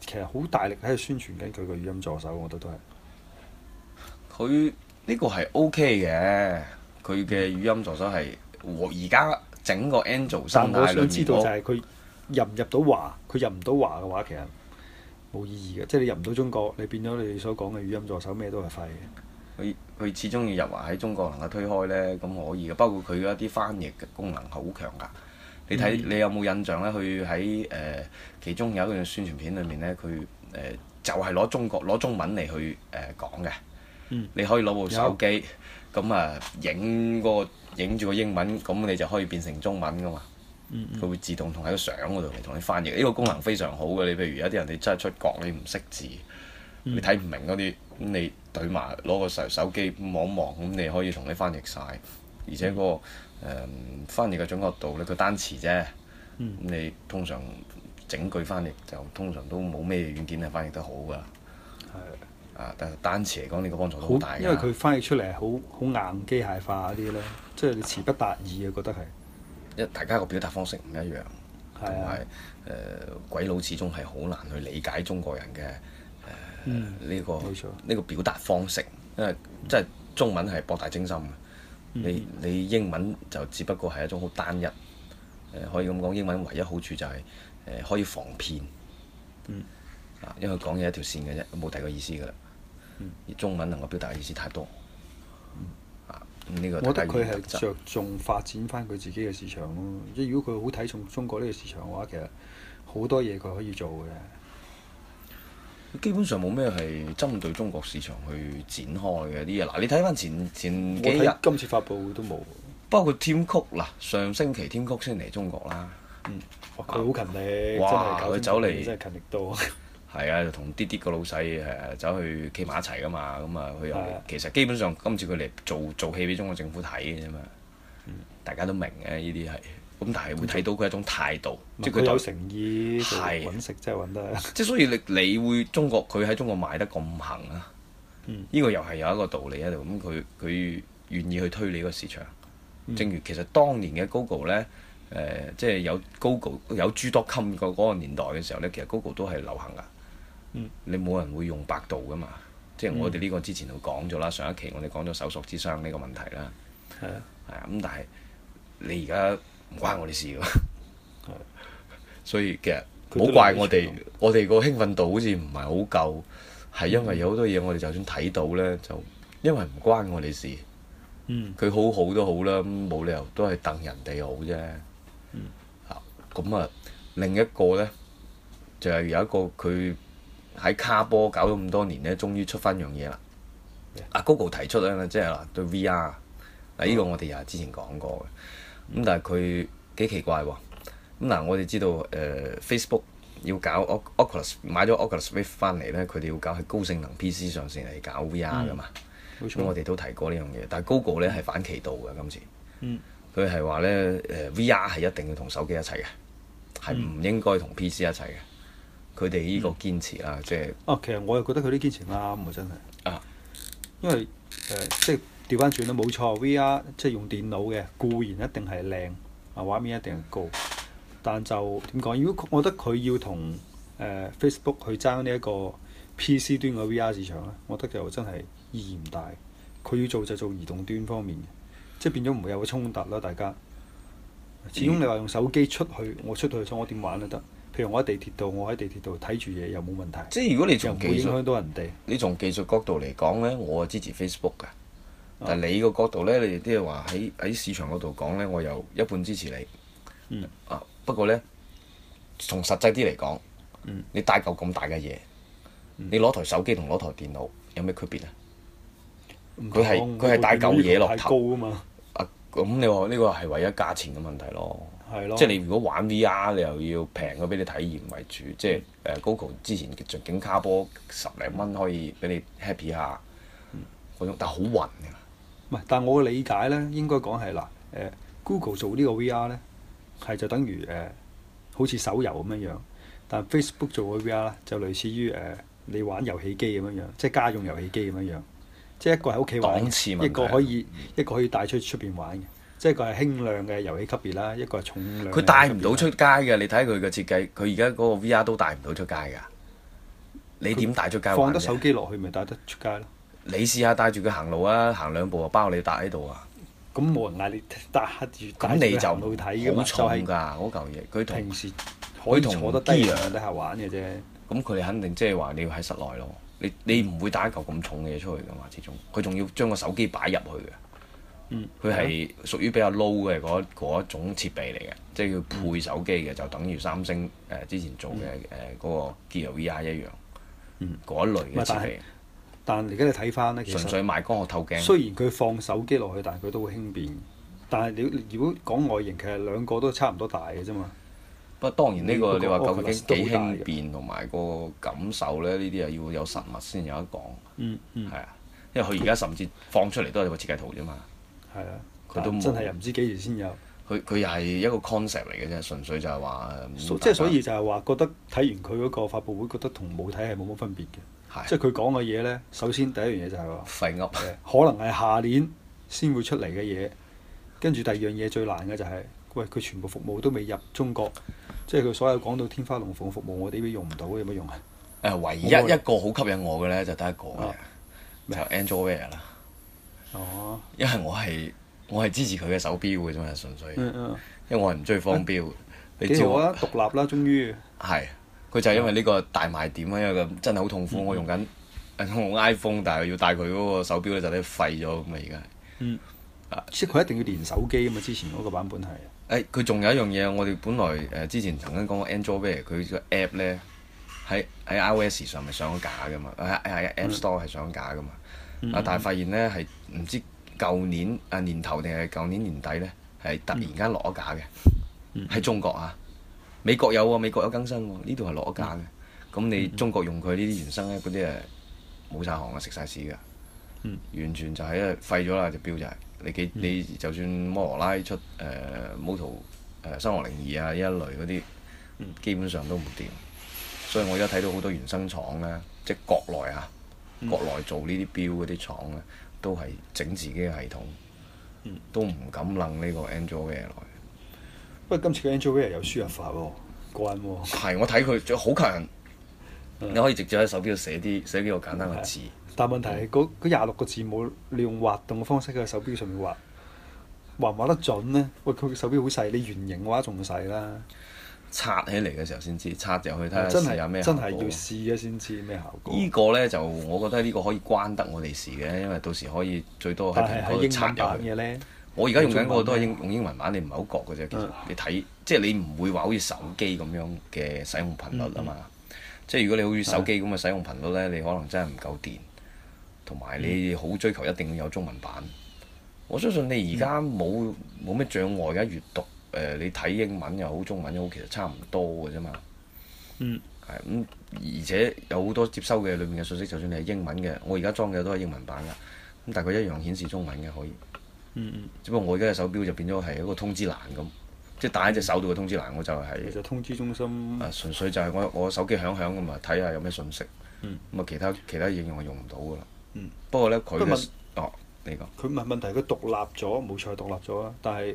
S2: 其實好大力喺度宣傳緊佢個語音助手，我覺得都係。
S1: 佢呢個係 OK 嘅，佢
S2: 嗯
S1: 嘅語音助手係和而家整個 Angel
S2: 但
S1: 生態裏
S2: 我想
S1: 面
S2: 知道就
S1: 我
S2: 係佢入唔入到華，佢入唔到華嘅話，其實冇意義嘅。即係你入唔到中國，你變咗你所講嘅語音助手咩都係廢嘅。
S1: 佢佢始終要入華喺中國能夠推開呢，咁可以嘅。包括佢嗰啲翻譯嘅功能係好強㗎。你
S2: 嗯
S1: 睇你有冇印象呢？佢喺誒其中有一段宣傳片裏面呢，佢誒、呃就係、攞中國攞中文嚟去誒、呃、講嘅。
S2: 嗯
S1: 你可以攞部手機咁啊，影個影住個英文，咁你就可以變成中文㗎嘛。
S2: 嗯
S1: 佢會自動同喺個相嗰度嚟同你翻譯，呢、個功能非常好嘅。你譬如有啲人你真係出國，你唔識字，
S2: 嗯
S1: 你睇唔明嗰啲，咁你對埋攞個手手機望一望，咁你可以同你翻譯晒。而且嗰、個、誒翻譯嘅準確度咧，佢單詞啫，咁、
S2: 嗯
S1: 你通常整句翻譯就通常都冇咩軟件係翻譯得好噶。
S2: 係。
S1: 啊，但係單詞嚟講，呢個幫助都
S2: 好
S1: 好大㗎。
S2: 因為佢翻譯出嚟係好好硬機械化嗰啲咧，即係你詞不達意啊，覺得係
S1: 因為大家個表達方式唔一樣，同
S2: 係啊
S1: 埋誒鬼佬始終係好難去理解中國人嘅誒
S2: 嗯
S1: 呢個
S2: 冇錯
S1: 呢個表達方式，因為即係中文係博大精深嘅，你
S2: 嗯
S1: 你英文就只不過係一種好單一誒，可以咁講，英文唯一好處就係誒可以防騙
S2: 嗯，
S1: 啊，因為講嘢一條線嘅啫，冇第二個意思㗎啦
S2: 嗯。
S1: 而中文能夠表達嘅意思太多啊，咁呢個
S2: 我
S1: 大
S2: 覺得
S1: 家
S2: 佢
S1: 要
S2: 係
S1: 特質
S2: 着重發展翻佢自己嘅市場咯。即係如果佢好睇重中國呢個市場嘅話，其實好多嘢佢可以做嘅。
S1: 基本上冇咩係針對中國市場去展開嘅啲嘢。嗱，你睇翻前前幾
S2: 我
S1: 日
S2: 睇，今次發布都冇，
S1: 包括添曲嗱，上星期添曲先嚟中國啦，
S2: 哇佢好勤力，
S1: 啊哇
S2: 真係搞
S1: 佢
S2: 掂
S1: 走嚟
S2: 真係勤力到。
S1: 係啊，就同啲啲個老細誒走去企埋一齊噶嘛，咁啊佢又
S2: 係啊
S1: 其實基本上今次佢嚟做做戲俾中國政府睇嘅啫嘛，
S2: 嗯
S1: 大家都明嘅呢啲係，咁但係會睇到佢一種態度，即係
S2: 佢
S1: 佢
S2: 有
S1: 就
S2: 誠意，做
S1: 係
S2: 揾食真係揾得。
S1: 即係啊所以你你會中國佢喺中國賣得咁行啊？
S2: 嗯
S1: 呢個又係有一個道理喺度，咁佢佢願意去推你個市場。
S2: 嗯
S1: 正如其實當年嘅 Google 呢，誒、即係有 Google 有諸多襟個嗰個年代嘅時候呢，其實 Google 都係流行噶。
S2: 嗯
S1: 你冇人會用百度噶嘛？即係
S2: 嗯
S1: 我哋呢個之前就講咗啦，上一期我哋講咗搜索之商呢個問題啦，
S2: 係啊，
S1: 係啊咁，但係你而家唔關我哋事喎。 <laughs> 所以其實
S2: 佢
S1: 唔好
S2: 都
S1: 怪
S2: 兩
S1: 我哋
S2: 場，
S1: 我哋個興奮度好似唔係好夠，係因為有好多嘢我哋就算睇到呢，就因為唔關我哋事，
S2: 嗯，
S1: 佢好好都好啦，咁冇理由都係等人哋好啫。
S2: 嗯
S1: 啊咁啊，另一個呢，就係、有一個佢喺卡波搞咗咁多年呢，終於出翻樣嘢啦。阿啊 Google 提出咧，即係嗱對 VR，嗱呢個我哋又係之前講過嘅。咁但係佢幾奇怪喎。咁嗱，我哋知道誒、呃 Facebook 要搞 Oc- Oculus 買咗 Oculus Rift 翻嚟咧，佢哋要搞喺高性能 PC 上先嚟搞 VR 噶嘛。
S2: 嗯冇
S1: 咁我
S2: 錯，
S1: 哋都提過呢樣嘢，但係 Google 咧係反其道嘅今次。
S2: 嗯
S1: 佢係話咧誒 VR 係一定要同手機一齊嘅，係
S2: 嗯
S1: 唔應該同 PC 一齊嘅。佢哋呢個堅持啦，即係
S2: 啊，其實我又覺得佢啲堅持啱喎，真係。
S1: 啊
S2: 因為誒、呃即係調翻轉啦，冇錯，VR 即係用電腦嘅，固然一定係靚，啊畫面一定係高，但就點講？如果我覺得佢要同誒、呃 Facebook 去爭呢一個 PC 端嘅 VR 市場咧，我覺得就真係意義唔大。佢要做就做移動端方面嘅，即係變咗唔會有個衝突啦，大家。始終你話用手機出去，我出去，所以我點玩都得。譬如我喺地鐵度，我喺地鐵度睇住嘢又冇問題，
S1: 即係如果你
S2: 又唔
S1: 從
S2: 會
S1: 技
S2: 影
S1: 術
S2: 響到人哋。
S1: 你從技術角度嚟講呢，我係支持 Facebook 嘅。
S2: 啊
S1: 但係你個角度呢，你哋啲係話喺喺市場嗰度講呢，我又一半支持你。
S2: 嗯
S1: 啊，不過呢，從實際啲嚟講，
S2: 嗯
S1: 你帶嚿咁大嘅嘢，你攞台手機同攞台電腦有咩區別啊？
S2: 唔
S1: 佢係
S2: 同
S1: 佢係帶嚿嘢落
S2: 太
S1: 頭
S2: 高啊嘛，
S1: 啊，咁你話呢個係為咗價錢嘅問題咯。
S2: 係咯。
S1: 即係你如果玩 VR，你又要平嘅俾你體驗為主，即
S2: 嗯
S1: 係誒 Google 之前嘅盡景卡波十零蚊可以俾你 happy 下
S2: 嗯
S1: 嗰種，但係好暈㗎。
S2: 唔係，但我嘅理解咧，應該講係嗱，誒、Google 做呢個 VR 咧，係就等於誒、好似手遊咁樣樣，但 Facebook 做嘅 VR 咧，就類似於誒、你玩遊戲機咁樣樣，即係家用遊戲機咁樣樣，即係一個喺屋企
S1: 檔次問題啊
S2: 玩，一個可以一個可以帶出出邊玩嘅，即係一個係輕量嘅遊戲級別啦，一個係啊重量。
S1: 佢帶唔到出，街嘅，你睇佢嘅設計，佢而家嗰個 VR 都帶唔到出街㗎。你點帶出街
S2: 放
S1: 玩
S2: 得手
S1: 啫？
S2: 機落去咪帶得出街咯。
S1: 你試下帶住佢行路啊，行兩步啊，包你搭喺度啊。
S2: 咁冇人嗌你帶住
S1: 咁
S2: 帶
S1: 你
S2: 住行路睇㗎
S1: 就
S2: 嘛，
S1: 好
S2: 就
S1: 重
S2: 係
S1: 㗎嗰嚿嘢。佢同
S2: 平時可以
S1: 同
S2: 坐得低
S1: gear
S2: 喺底下玩嘅啫。
S1: 咁佢哋肯定即係話你要喺室內咯。你你唔會帶一嚿咁重嘅嘢出去㗎嘛？始終佢仲要將個手機擺入去嘅。
S2: 嗯
S1: 佢係屬於比較 low 嘅嗰嗰一種設備嚟嘅，即係佢配手機嘅，就等於三星誒、呃之前做嘅誒嗰個 Gear VR 一樣，
S2: 嗯
S1: 嗰一類嘅
S2: 咪
S1: 設
S2: 但係
S1: 備，
S2: 但而家你睇翻咧，其
S1: 純
S2: 實
S1: 粹賣光學透鏡。
S2: 雖然佢放手機落去，但係佢都會輕便。但係你如果講外形，其實兩個都差唔多大嘅啫嘛。
S1: 不過當然呢
S2: 你
S1: 個
S2: 嗰個
S1: 你話究
S2: Oculus
S1: 竟幾
S2: 都好大
S1: 輕
S2: 嘅
S1: 便同埋個感受咧，呢啲又要有實物先有得講，
S2: 嗯嗯
S1: 係，啊，因為佢而家甚至放出嚟都係個設計圖啫嘛，
S2: 係啊，
S1: 佢都
S2: 但
S1: 冇
S2: 真係又唔知幾時先有，
S1: 佢佢又係一個 concept 嚟嘅啫，純粹就係話嗯
S2: 所
S1: 大家
S2: 即係所以就係話覺得睇完佢嗰個發佈會，覺得同冇睇係冇乜分別嘅。即
S1: 係
S2: 係佢講嘅嘢咧，首先第一樣嘢就係話
S1: 廢噏 <laughs>
S2: 誒，可能係下年先會出嚟嘅嘢。跟住第二樣嘢最難嘅就係、喂，佢全部服務都未入中國，即係佢所有講到天花龍鳳嘅服務，我哋都用唔到，有乜用啊？
S1: 誒，唯一一
S2: 冇啊
S1: 個好吸引我嘅咧就得一個嘅
S2: 啊，
S1: 就 Angel Wear 啦，
S2: 哦，
S1: 因為我係我係支持佢嘅手錶嘅啫嘛，純粹，
S2: 嗯嗯。
S1: 因為我係唔中意方錶，你
S2: 幾
S1: 知
S2: 好
S1: 我
S2: 啊！獨立啦，終於
S1: 係佢就係因為呢個大賣點啊，因為佢真係好痛
S2: 嗯
S1: 苦，我用緊 <laughs> 我 iPhone，但係要戴佢嗰個手錶咧就咧廢咗咁啊而家。
S2: 啊即係佢一定要連手機啊嘛！之前嗰個版本係
S1: 誒，佢仲有一樣嘢，我哋本來誒、呃之前曾經講過 Android Wear 佢個 app 咧，喺喺 iOS 上咪上咗架噶嘛，喺喺 App Store 係上咗架噶嘛。啊，但係發現咧係唔知舊年啊年頭定係舊年年底咧，係突然間落咗架嘅，喺中國啊，美國有啊喎，美國有更新喎，呢度係落咗架嘅。咁你中國用佢呢啲原生咧，嗰啲誒啊冇晒行啊，食晒屎㗎。
S2: 嗯
S1: 完全就係廢咗啦！隻錶就係你幾你就算摩羅拉出誒 Moto 誒三六零二啊呢一類嗰啲，
S2: 嗯
S1: 基本上都唔掂。所以我而家睇到好多原生廠咧，即係國內啊，
S2: 嗯
S1: 國內做呢啲錶嗰啲廠咧，都係整自己嘅系統，
S2: 嗯
S1: 都唔敢楞呢個 Android 嘅來。
S2: 不過今次嘅 Android Wear 有輸入法喎，過癮喎，
S1: 係我睇佢仲好強，
S2: 嗯
S1: 你可以直接喺手錶度寫啲寫幾個簡單嘅字。嗯
S2: 但問題係嗰嗰廿六個字母，你用滑動嘅方式喺手錶上面畫，畫唔畫得準咧？喂，佢手錶好細，你圓形嘅話仲細啦。
S1: 拆起嚟嘅時候先知，拆入去睇下
S2: 呃真
S1: 試下咩
S2: 係
S1: 效
S2: 真
S1: 果
S2: 係要試咗先知咩效果。
S1: 呢個呢，就我覺得呢個可以關得我哋事嘅，因為到時可以最多喺
S2: 但係
S1: 蘋
S2: 喺
S1: 果度
S2: 英
S1: 拆
S2: 文
S1: 入
S2: 版
S1: 去。
S2: 嘅咧，
S1: 我而家用緊嗰個都係英用英文版，你唔係好覺嘅啫。其實
S2: 嗯
S1: 你睇，即係你唔會話好似手機咁樣嘅使用頻率啊
S2: 嗯
S1: 嘛。即係如果你好似手機咁嘅使用頻率呢，你可能真係唔夠電，同埋你
S2: 嗯
S1: 好追求一定要有中文版。我相信你而家
S2: 嗯
S1: 冇冇咩障礙嘅閱讀，誒、呃你睇英文又好，中文又好，其實差唔多嘅啫嘛。
S2: 嗯。
S1: 係咁、而且有好多接收嘅裏面嘅信息，就算你係英文嘅，我而家裝嘅都係英文版㗎，咁但係佢一樣顯示中文嘅可以。
S2: 嗯嗯，
S1: 只不過我而家嘅手錶就變咗係一個通知欄咁，即係打喺隻手度嘅通知欄，我就
S2: 其
S1: 係、
S2: 實通知中心
S1: 啊純粹就係我我手機響響咁啊，睇下有咩信息。
S2: 嗯
S1: 咁啊，其他其他應用係用唔到㗎啦。
S2: 嗯
S1: 不過呢，佢
S2: 不過
S1: 嘅
S2: 問
S1: 哦，你講
S2: 佢唔係問題，佢獨立咗，冇錯，獨立咗啊！但係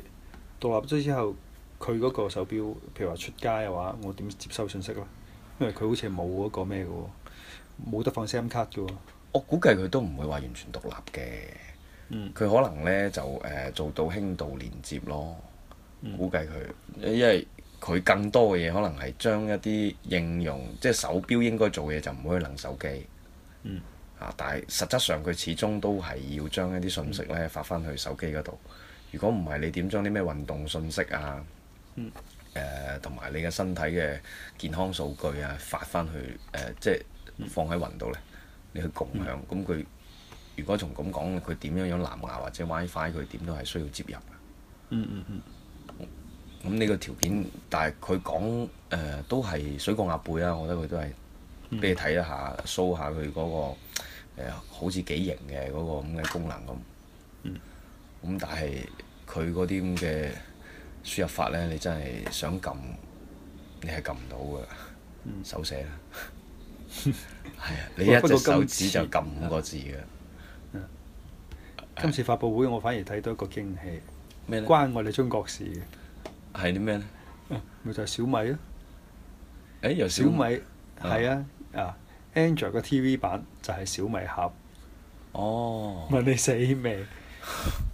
S2: 獨立咗之後，佢嗰個手錶，譬如話出街嘅話，我點接收信息咧？因為佢好似冇嗰個咩嘅喎，冇得放 SIM 卡嘅喎。
S1: 我估計佢都唔會話完全獨立嘅。
S2: 嗯
S1: 佢可能呢就誒、呃做到輕度連接咯，
S2: 嗯
S1: 估計佢，因為佢更多嘅嘢可能係將一啲應用，即係手錶應該做嘅嘢就唔可以能手機。
S2: 嗯
S1: 啊，但係實質上佢始終都係要將一啲信息呢發翻去手機嗰度。如果唔係，你點將啲咩運動信息啊？
S2: 嗯
S1: 誒同埋你嘅身體嘅健康數據啊，發翻去誒、呃即係放喺雲度呢，你去共享。
S2: 嗯
S1: 咁佢、如果從咁講，佢點樣樣藍牙或者 WiFi，佢點都係需要接入嘅。
S2: 嗯嗯嗯，
S1: 咁呢個條件，但係佢講誒都係水過鴨背啦，我覺得佢都
S2: 嗯
S1: 係俾你睇一下，show 下佢嗰、個、呃、好似幾型嘅嗰個咁嘅功能咁。
S2: 嗯
S1: 咁但係佢嗰啲咁嘅輸入法呢，你真係想撳，你係撳唔到㗎，
S2: 嗯
S1: 手寫
S2: <laughs>
S1: 啦。係啊，你一
S2: 不
S1: 隻
S2: 過
S1: 手
S2: 今
S1: 指
S2: 次
S1: 就撳五個字嘅
S2: 今次發佈會我反而睇到一個驚喜，
S1: 咩呢？
S2: 關我哋中國事嘅，
S1: 係啲咩呢？
S2: 咪就係小米咯。
S1: 誒有
S2: 小米係啊啊，Android 嘅 TV 版就係小米盒。
S1: 哦，
S2: 問你死未？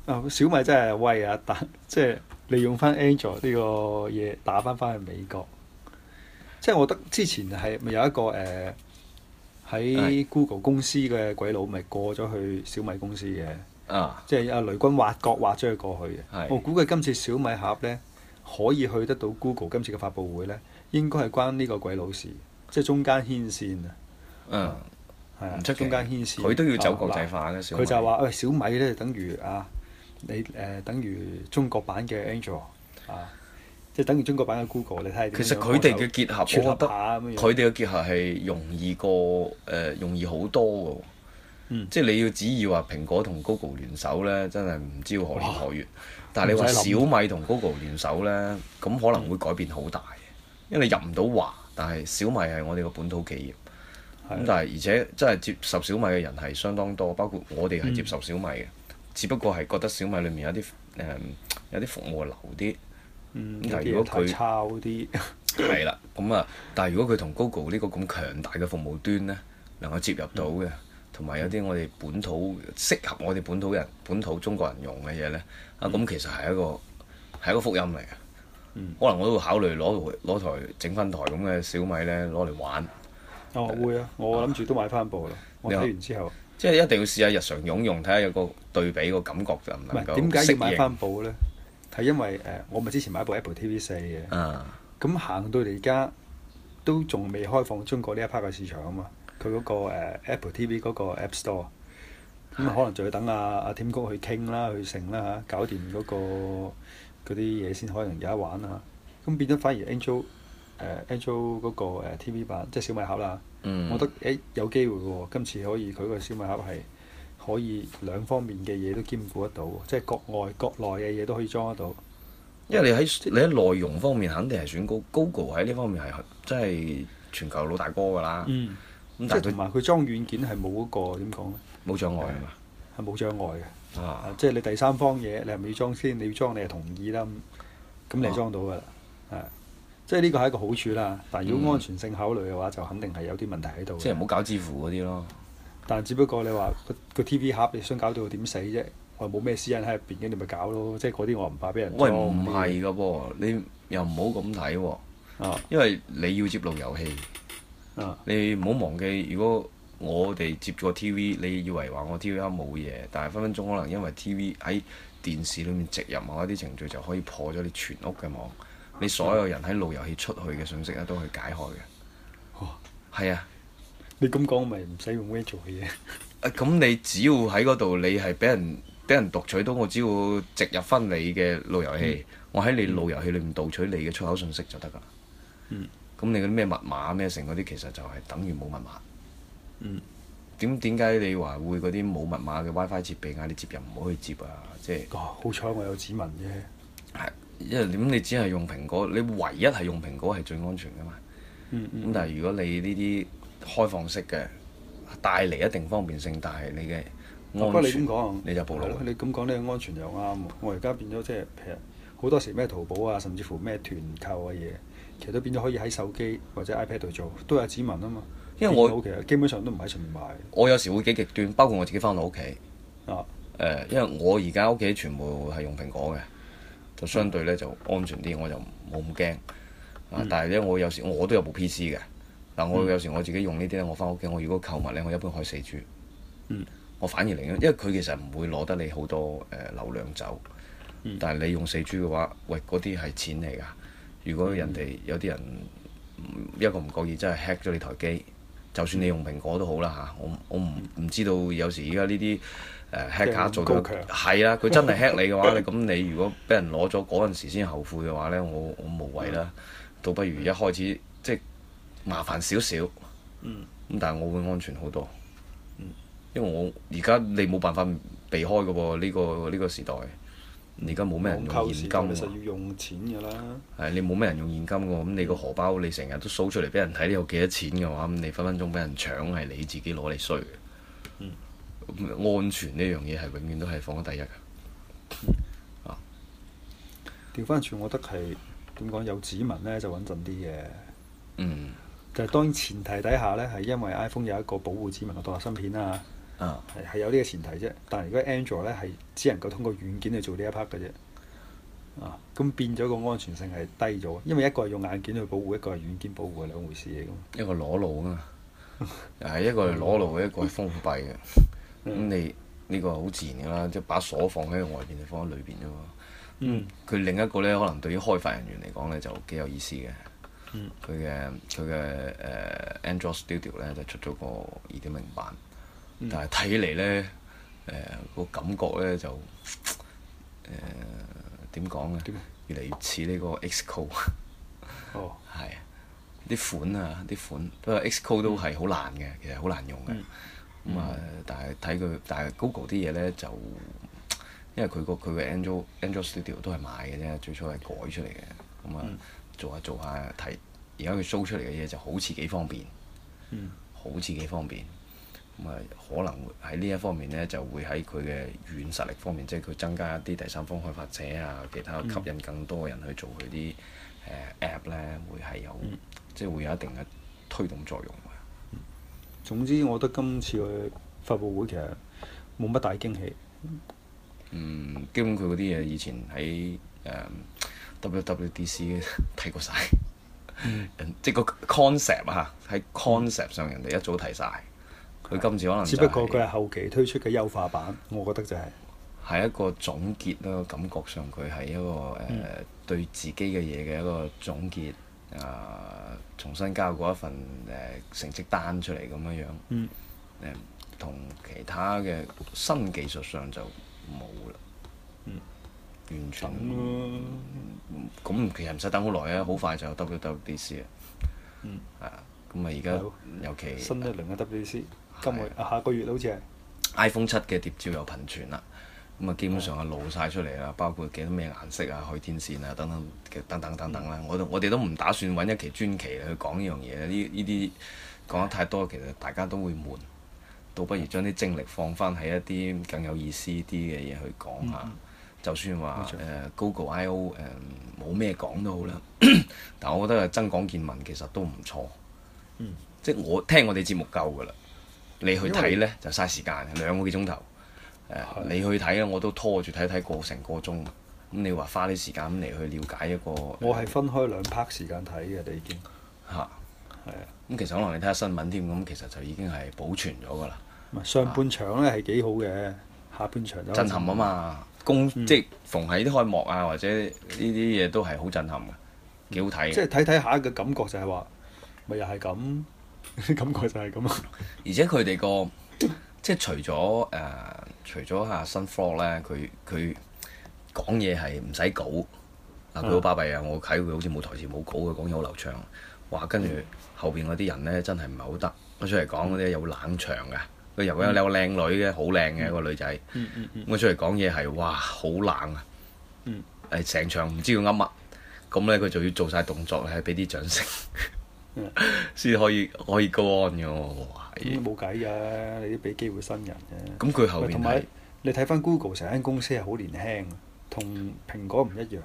S2: 啊，小米真係威啊！但即係利用翻 Android 呢個嘢打翻翻去美國，即係我覺得之前係咪有一個誒呃喺、
S1: 係
S2: Google 公司嘅鬼佬咪過咗去小米公司嘅，
S1: 啊
S2: 即係阿雷軍挖角挖咗佢過去
S1: 係
S2: 嘅。我估計今次小米盒呢，可以去得到 Google 今次嘅發佈會呢，應該係關呢個鬼佬事，即係中間牽線啊，
S1: 嗯。
S2: 係啊
S1: 唔，出奇
S2: 中間牽線，
S1: 佢都要走
S2: 啊
S1: 國
S2: 嗱
S1: 際化嘅小米
S2: 佢就話：喂，小米咧等於啊，你誒、呃等於中國版嘅 Android 啊，即係等於中國版嘅 Google。你睇下點樣
S1: 其實佢哋嘅結合，我覺
S2: 撮合
S1: 得
S2: 下咁樣
S1: 佢哋嘅結合係容易過誒、呃容易好多嘅。
S2: 嗯
S1: 即係你要旨意話蘋果同 Google 聯手呢，真係唔知要何年何月。但係你話
S2: 唔使諗
S1: 小米同 Google 聯手呢，咁可能會改變好大，因為你入唔到華，但係小米係我哋嘅本土企業。咁
S2: 係
S1: 但係而且真係接受小米嘅人係相當多，包括我哋係接
S2: 嗯
S1: 受小米嘅，只不過係覺得小米裏面有啲誒、有啲服務流啲。
S2: 嗯，
S1: 咁
S2: 有
S1: 但係如
S2: 啲嘢
S1: 果佢
S2: 太抄啲， <laughs>
S1: 係啦，咁啊，但係如果佢同 Google 呢個咁強大嘅服務端呢，能夠接入到
S2: 嗯
S1: 嘅，同埋有啲我哋本土適合我哋本土人、本土中國人用嘅嘢呢，啊，咁其實係一個係一個福音嚟嘅。
S2: 嗯
S1: 可能我都會考慮攞台攞台整翻台咁嘅小米呢，攞嚟玩，
S2: 哦會啊，我諗住都買翻部啦。我
S1: 你
S2: 睇
S1: 話
S2: 完之後，
S1: 即係一定要試下日常用用，睇下有個對比個感覺就唔
S2: 唔
S1: 能
S2: 係
S1: 夠
S2: 點解要
S1: 適
S2: 買
S1: 應
S2: 翻部咧？係因為誒、呃我咪之前買部 Apple TV 四嘅，
S1: 啊？
S2: 咁行到嚟而家都仲未開放中國呢一 part 嘅市場啊嘛。佢嗰、個、呃 Apple TV 嗰個 App Store，咁啊可能就要等阿阿添谷去傾啦，去成啦嚇，搞掂嗰、個嗰啲嘢先可能有得玩啦。咁變咗反而 Angel 誒、Angel 嗰、個、呃 TV 版即係小米盒啦，
S1: 嗯，
S2: 我覺得誒、有機會喎，今次可以佢個小米盒係。可以兩方面嘅嘢都兼顧得到，即係國外國內嘅嘢都可以裝得到。
S1: 因為你喺你喺內容方面肯定係選高 Google 喺呢方面係真係全球老大哥㗎啦。啊咁、
S2: 嗯，
S1: 但係
S2: 即係
S1: 佢
S2: 同埋佢裝軟件係冇嗰個點講咧，
S1: 冇障礙啊係嘛？
S2: 係冇障礙嘅。啊
S1: 啊，
S2: 即係你第三方嘢，你係咪要裝先？你要裝，你係同意啦。咁咁你係裝到㗎啦，啊，即係呢個係一個好處啦。但係如
S1: 嗯
S2: 果安全性考慮嘅話，就肯定係有啲問題喺度嘅。
S1: 即係唔好搞支付嗰啲咯。
S2: 但只不過你話個個 TV 盒你想搞到點死啫？我冇咩私隱喺入邊嘅，你咪搞咯。即係嗰啲我唔怕俾人
S1: 喂，
S2: 裝
S1: 唔係噶噃，你又唔好咁睇喎，
S2: 啊
S1: 因為你要接路由器，
S2: 啊
S1: 你唔好忘記，如果我哋接咗 TV，你以為話我 TV 冇嘢，但係分分鐘可能因為 TV 喺電視裏面植入某一啲程序，就可以破咗你全屋嘅網，你所有人喺路由器出去嘅信息咧都去解開嘅。
S2: 哇
S1: 係啊。
S2: 你咁講咪唔使用 w e 做嘅嘢。
S1: 啊咁你只要喺嗰度，你係俾人俾人讀取到，我只要植入翻你嘅路由器，我喺你路由器裏面盜取你嘅出口信息就得㗎啦。
S2: 嗯。
S1: 咁你嗰啲咩密碼咩成嗰啲，其實就係等於冇密碼。
S2: 嗯。
S1: 點點解你話會嗰啲冇密碼嘅 WiFi 設備嗌你接又唔好去接啊？即係
S2: 哦，好彩我有指紋啫。
S1: 係因為點你只係用蘋果，你唯一係用蘋果係最安全㗎嘛。
S2: 嗯
S1: 咁、但係如果你呢啲開放式嘅帶嚟一定方便性，但係你嘅
S2: 不過
S1: 安
S2: 你
S1: 全
S2: 咁講，
S1: 你就暴露
S2: 係
S1: 啦
S2: 咯你咁講呢個安全又啱喎。我而家變咗即係譬如好多時咩淘寶啊，甚至乎咩團購嘅嘢，其實都變咗可以喺手機或者 iPad 度做，都有指紋啊嘛。
S1: 因為我
S2: 電腦其實基本上都唔喺上面買
S1: 我有時會幾極端，包括我自己翻到屋企。誒、
S2: 啊。
S1: 因為我而家屋企全部係用蘋果嘅，就相對咧就安全啲，我就冇咁驚。啊，但係咧，我有時我都有部 PC 嘅。嗱，我有時我自己用呢啲咧，我翻屋企，我如果購物咧，我一般開四 G。
S2: 嗯
S1: 我反而寧願，因為佢其實唔會攞得你好多誒、流量走。
S2: 嗯
S1: 但係你用四 G 嘅話，喂，嗰啲係錢嚟㗎。如果人哋、有啲人嗯一個唔覺意真係 hack 咗你台機，就算你用蘋果都好啦嚇，我我唔唔知道有時而家呢啲誒 hack 卡做到
S2: 高強
S1: 係啦，佢真係 hack 你嘅
S2: <laughs>
S1: 話，你咁你如果俾人攞咗嗰陣時先後悔嘅話呢，我我無謂啦，
S2: 嗯
S1: 倒不如一開始即係麻煩少少，
S2: 嗯
S1: 咁但係我會安全好多，嗯因為我而家你冇辦法避開嘅喎，呢個呢個時代，而家冇咩人用現金
S2: 網購時代
S1: 喎
S2: 其實。要用錢㗎啦。
S1: 係你冇咩人用現金嘅喎，咁你個荷包你成日都 show 出嚟俾人睇，你有幾多錢嘅話，咁你分分鐘俾人搶係你自己攞嚟衰嘅。
S2: 嗯
S1: 咁安全呢樣嘢係永遠都係放喺第一嘅。
S2: 調翻轉，我覺得係點講有指紋咧就穩陣啲嘅。
S1: 嗯
S2: 就係當然前提底下咧，係因為 iPhone 有一個保護指紋嘅獨立芯片啊，
S1: 啊
S2: 係係有呢個前提啫。但係如果 Android 咧係只能夠通過軟件去做呢一 part 嘅啫。啊，咁變咗個安全性係低咗，因為一個係用硬件去保護，一個係軟件保護，係兩回事嚟㗎嘛。
S1: 一個裸露啊
S2: <laughs>
S1: 嘛，係一個係裸露嘅，一個係封閉嘅。咁
S2: 嗯
S1: 你呢個好自然㗎啦，即係把鎖放喺外邊，你放喺裏邊啫嘛。
S2: 嗯
S1: 佢另一個咧，可能對於開發人員嚟講咧，就幾有意思嘅。
S2: 嗯
S1: 佢嘅佢嘅誒 Android Studio 咧就出咗個二點零版，
S2: 嗯
S1: 但係睇嚟咧誒個感覺咧就誒點講咧
S2: 點啊，
S1: 越嚟越似呢個 Xcode
S2: 哦，
S1: 係啊啲款啊啲款，不過 Xcode 都係好難嘅，其實好難用嘅。
S2: 嗯
S1: 咁啊、但係睇佢，但係 Google 啲嘢咧就，因為佢個佢嘅 Android Android Studio 都係買嘅啫，最初係改出嚟嘅。咁啊、
S2: 嗯
S1: 做下做下睇，而家佢 show 出嚟嘅嘢就好似幾方便，
S2: 嗯
S1: 好似幾方便。咁啊，可能會喺呢一方面咧，就會喺佢嘅軟實力方面，即係佢增加一啲第三方開發者啊，其
S2: 嗯
S1: 他吸引更多嘅人去做佢啲誒 app 咧，會係有、
S2: 嗯
S1: 即係會有一定嘅推動作用嘅。
S2: 總之我覺得今次嘅發布會其實冇乜大驚喜。
S1: 嗯，基本佢嗰啲嘢以前喺呃誒 <laughs> WWDC 睇過晒，
S2: 嗯
S1: 人即係個 concept 啊，喺 concept 上人哋一早睇晒。佢今次可能
S2: 只
S1: 就
S2: 不過佢
S1: 係
S2: 係後期推出嘅優化版，我覺得就係、
S1: 係一個總結啦，感覺上佢係一個誒、
S2: 嗯
S1: 對自己嘅嘢嘅一個總結，啊、重新交過一份誒、成績單出嚟咁樣樣，誒
S2: 嗯
S1: 同、其他嘅新技術上就冇啦，
S2: 嗯
S1: 完全
S2: 等咯。
S1: 咁其實唔使等好耐啊，好快就有 WWDC 啊。
S2: 嗯
S1: 係啊。咁啊，而家
S2: 有
S1: 尤其
S2: 新一輪嘅 WDC，今個月啊下個月好似係。
S1: iPhone 七嘅碟照又頻傳啦。咁啊，基本上啊露晒出嚟啦，包括幾多咩顏色啊、去天線啊等等嘅等等等等啦。我都我哋都唔打算揾一期專期去講呢樣嘢，呢呢啲講得太多，其實大家都會悶。倒不如將啲精力放翻喺一啲更有意思啲嘅嘢去講下。
S2: 嗯
S1: 就算話誒、Google I/O 誒冇咩講都好
S2: <coughs>
S1: 啦，但我覺得增廣見聞其實都唔錯。
S2: 嗯
S1: 即係我聽我哋節目夠㗎啦，你去
S2: 因為
S1: 睇呢就嘥時間，兩個幾鐘頭。誒、誒你去睇咧，我都拖住睇睇個成個鐘。咁你話花啲時間咁嚟去了解一個
S2: 我係分開兩 part 時間睇嘅，你已經
S1: 嚇
S2: 嗯係啊。
S1: 咁其實可能你睇下新聞添，咁其實就已經係保存咗㗎啦。
S2: 唔係上半場咧係幾好嘅，下半場就
S1: 震撼啊！嘛，公、
S2: 嗯
S1: 即係逢喺啲開幕啊，或者呢啲嘢都係好震撼嘅，幾好睇
S2: 嗯即
S1: 嘅。
S2: 係睇睇下嘅感覺就係話，咪又係 <laughs> 咁，感覺就係咁啊！
S1: 而且佢哋個即係除咗誒、呃除咗阿新 floor 咧，佢佢講嘢係唔使稿，啊
S2: 嗯
S1: 佢好巴閉啊！我睇佢好似冇台詞冇稿，佢講嘢好流暢。哇！跟住
S2: 嗯
S1: 後邊嗰啲人咧真係唔係好得，佢出嚟講嗰啲有冷場㗎。佢由有有個靚女嘅，好靚嘅個女仔。
S2: 嗯嗯嗯，
S1: 咁佢出嚟講嘢係哇好冷啊！
S2: 嗯，
S1: 誒成場唔知要噏乜，咁咧佢就要做晒動作，係俾啲掌聲
S2: 嗯，
S1: <laughs> 先可以可以 go on 嘅喎。哇
S2: 咁冇計㗎，你都俾機會新人嘅。
S1: 咁佢後
S2: 喂
S1: 邊
S2: 同埋
S1: 係
S2: 你睇翻 Google 成間公司係好年輕，同蘋果唔一樣。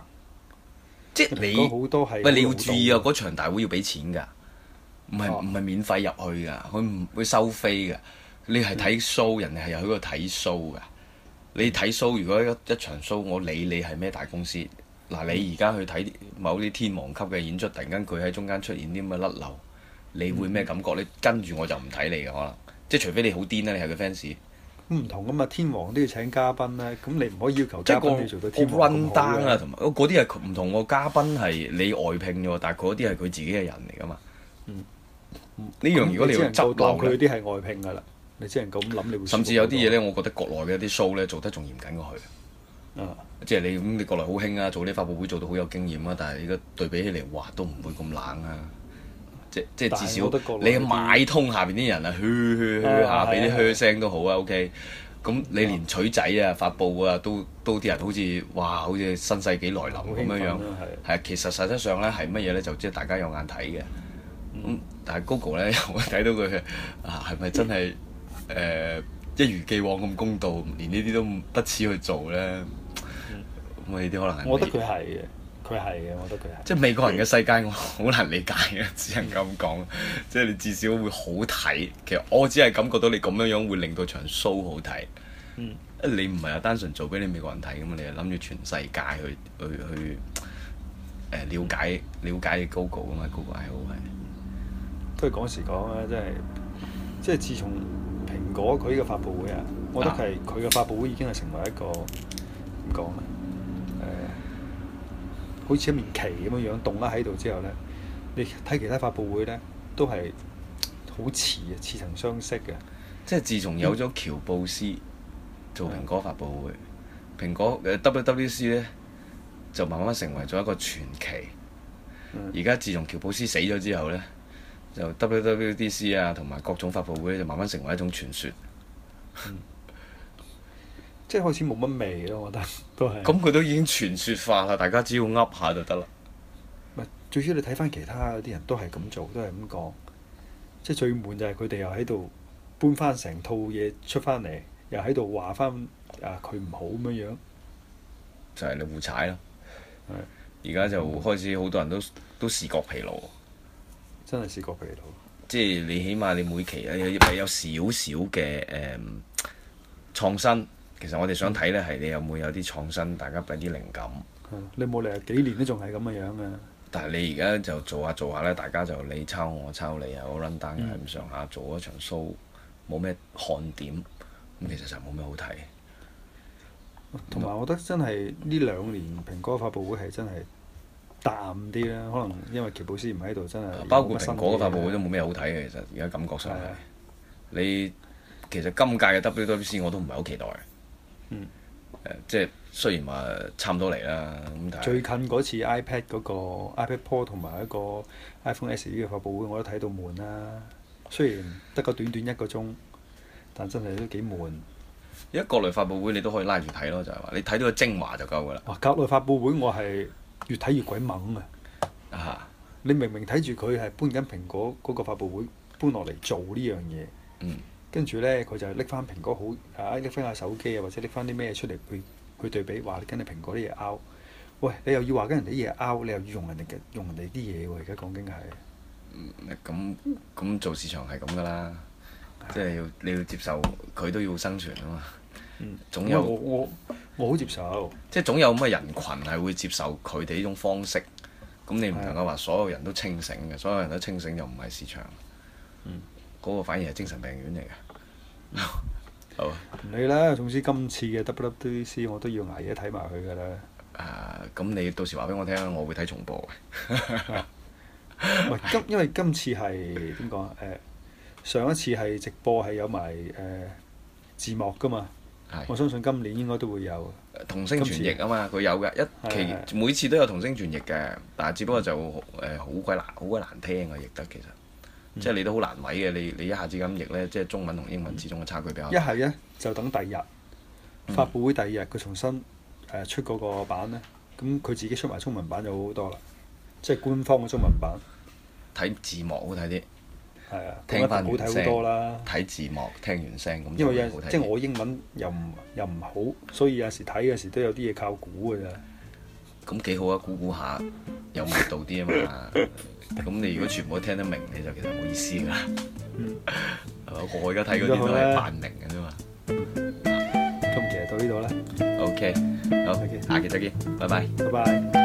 S1: 即係
S2: 蘋果
S1: 你
S2: 好多係
S1: 喂你
S2: 好
S1: 要
S2: 勞
S1: 注意啊！
S2: 動
S1: 嗰場大會要俾錢㗎，唔係
S2: 哦
S1: 唔係免費入去㗎，佢唔會收飛㗎。你係
S2: 嗯
S1: 睇 show，人哋係入去嗰度睇 show 㗎。你睇 show，如果一一場 show，我理你係咩大公司。嗱，
S2: 嗯
S1: 你而家去睇某啲天王級嘅演出，突然間佢喺中間出現啲咁嘅甩漏，你會
S2: 嗯
S1: 咩感覺？你跟住我就唔睇你嘅可能，即係除非你好癲啦，你係佢 fans。
S2: 唔同噶嘛，天王都要請嘉賓咧，咁你唔可以要求
S1: 即係
S2: 嘉
S1: 個
S2: 賓要做到天
S1: 個
S2: 王
S1: run
S2: 咁
S1: down
S2: 好
S1: 啊，
S2: 啊。
S1: 同埋嗰啲係唔同喎。嘉賓係你外聘嘅喎，但係嗰啲係佢自己嘅人嚟噶嘛。呢樣如果你
S2: 嗯只
S1: 要
S2: 能夠
S1: 執
S2: 當
S1: 漏
S2: 佢
S1: 咧，
S2: 啲係外聘㗎啦，你只能夠咁諗，你會
S1: 甚至有啲嘢
S2: 咧
S1: 咧，我覺得國內嘅一啲 show 咧做得仲嚴緊過佢。
S2: 啊，
S1: 即係你咁，你國內好興啊，做啲發佈會做到好有經驗啊，但係而家對比起嚟，哇，都唔會咁冷啊！即即係
S2: 但係
S1: 至
S2: 我覺得
S1: 少
S2: 國內
S1: 你買通下邊啲人啊，噓噓噓下，
S2: 啊
S1: 俾
S2: 係啊
S1: 啲噓聲都好啊，OK。咁你連取仔啊、發佈啊，都都啲人好似哇，好似新世紀來
S2: 好
S1: 臨
S2: 興
S1: 咁樣
S2: 奮
S1: 樣
S2: 啊。係
S1: 係，其實實質上咧係乜嘢咧？就即係大家有眼睇嘅。咁但係 Google <laughs> 咧，我睇到佢啊，係咪真係誒、呃一如既往咁公道，連呢啲都唔不恥去做咧？咁啊，呢啲可能係
S2: 嗯我覺
S1: 美
S2: 得佢係嘅，佢係嘅，我覺得佢係。
S1: 即係美國人嘅世界，我好難理解嘅， <laughs> 只能夠咁講。即係你至少會好睇，其實我只係感覺到你咁樣樣會令到場 show 好睇。
S2: 嗯
S1: 你唔係話單純做俾你美國人睇咁嘛，你係諗住全世界去去去誒、呃、了解了解 Google 噶嘛，Google 係好係
S2: 都係講時講啊，真係即係自從蘋果佢呢個發佈會啊，我覺得佢係佢嘅發佈會已經係成為一個點講咧誒，好似一面旗咁樣樣棟咗喺度之後咧，你睇其他發佈會咧都係好似啊，似曾相識嘅。
S1: 即係自從有咗喬布斯做蘋果發佈會，蘋果呃誒 WWC 咧就慢慢成為咗一個傳奇。
S2: 嗯
S1: 而家自從喬布斯死咗之後呢，就 WWDC 啊同埋各種發佈會呢就慢慢成為一種傳說。
S2: 即係開始冇乜味咯，我覺得都係。
S1: 咁佢都已經傳說化啦，大家只要噏下就得啦。
S2: 唔係最主要你睇翻其他嗰啲人都係咁做，都係咁講。即係最悶就係佢哋又喺度搬翻成套嘢出翻嚟，又喺度話翻啊佢唔好咁樣樣。
S1: 就係你互踩啦
S2: 係。
S1: 而家就開始好多人都都視覺疲勞，
S2: 真係試過佢哋到。
S1: 即係你起碼你每期有有有少少嘅誒嗯創新。其實我哋想睇呢係你有冇有啲創新，大家俾啲靈感。
S2: 係你冇理由幾年都仲係咁嘅樣啊！
S1: 但係你而家就做下做下咧，大家就你抄我抄你啊，我 run down
S2: 嗯
S1: 又係咁上下，做一場 show 冇咩看點，咁其實就冇咩好睇。
S2: 同埋我覺得真係呢兩年蘋果發佈會係真係淡啲啦，可能因為喬布斯唔喺度，真係
S1: 包括蘋果嘅
S2: 嘅
S1: 發佈會都冇咩好睇嘅，其實而家感覺上係
S2: 係啊
S1: 你其實今屆嘅 WWC 我都唔係好期待。
S2: 嗯
S1: 誒即係雖然話差唔多嚟啦，咁但
S2: 最
S1: 係
S2: 近嗰次 iPad 嗰個 iPad Pro 同埋一個 iPhone SE 嘅發佈會，我都睇到悶啦。雖然得個短短一個鐘，但真係都幾悶。
S1: 而家國內發佈會你都可以拉住睇咯，就係話你睇到個精華就夠㗎啦。
S2: 哇！國內發佈會我係越睇越鬼猛啊！
S1: 啊，
S2: 你明明睇住佢係搬緊蘋果嗰個發佈會搬落嚟做呢樣嘢，
S1: 嗯，
S2: 跟住呢，佢就拎翻蘋果好啊，拎翻架手機啊，或者拎翻啲咩出嚟去去對比，話你跟你蘋果啲嘢拗。喂，你又要話跟人哋啲嘢拗，你又要用人哋嘅用人哋啲嘢喎，而家講緊係。
S1: 咁咁做市場係咁㗎啦，即係要你要接受佢都要生存啊嘛。
S2: 嗯
S1: 總
S2: 咁
S1: 有
S2: 我我我好接受，
S1: 即係總有咁嘅人群係會接受佢哋呢種方式。咁你唔
S2: 係啊
S1: 能夠話所有人都清醒嘅，所有人都清醒就唔係市場。
S2: 嗯
S1: 嗰、個反而係精神病院嚟嘅。 <laughs> 好啊
S2: 唔理啦。總之今次嘅 WWDC 我都要捱夜睇埋佢㗎啦。
S1: 啊，咁、你到時話俾我聽，我會睇重播嘅。
S2: 唔
S1: <laughs>
S2: 係今因為今次係點講啊誒上一次係直播係有埋誒、字幕㗎嘛，我
S1: 係
S2: 相信今年應該都會有。
S1: 同聲傳譯啊嘛，佢有嘅，一
S2: 係啊係啊
S1: 期每次都有同聲傳譯嘅，但係只不過就誒好鬼
S2: 嗯
S1: 難，好鬼難聽啊，譯得其實，即係你都好難為嘅，你你一下子咁譯呢，即係中文同英文之中嘅差距比較
S2: 一係咧就等第日
S1: 嗯
S2: 發佈會第二日佢重新誒、出嗰個版咧，咁佢自己出埋中文版就好多啦，即係官方嘅中文版
S1: 睇字幕好睇啲。
S2: 係啊，咁
S1: 聽
S2: 一定
S1: 翻
S2: 好
S1: 原
S2: 睇好
S1: 聲
S2: 多啦。
S1: 睇字幕，聽完聲咁
S2: 因
S1: 就
S2: 為
S1: 會
S2: 有
S1: 好睇啲。
S2: 即係我英文又唔又唔好，所以有時睇嘅時都有啲嘢靠估㗎咋。
S1: 咁幾好啊，估估下有味道啲啊
S2: <laughs>
S1: 嘛。咁你如果全部都聽得明，你就其實冇意思㗎啦。
S2: 嗯
S1: <laughs> 係嘛？我而家睇嗰啲都係扮明嘅啫嘛。
S2: 今期就到呢度啦，
S1: OK，好，
S2: OK
S1: 下期再見，拜拜。
S2: 拜拜。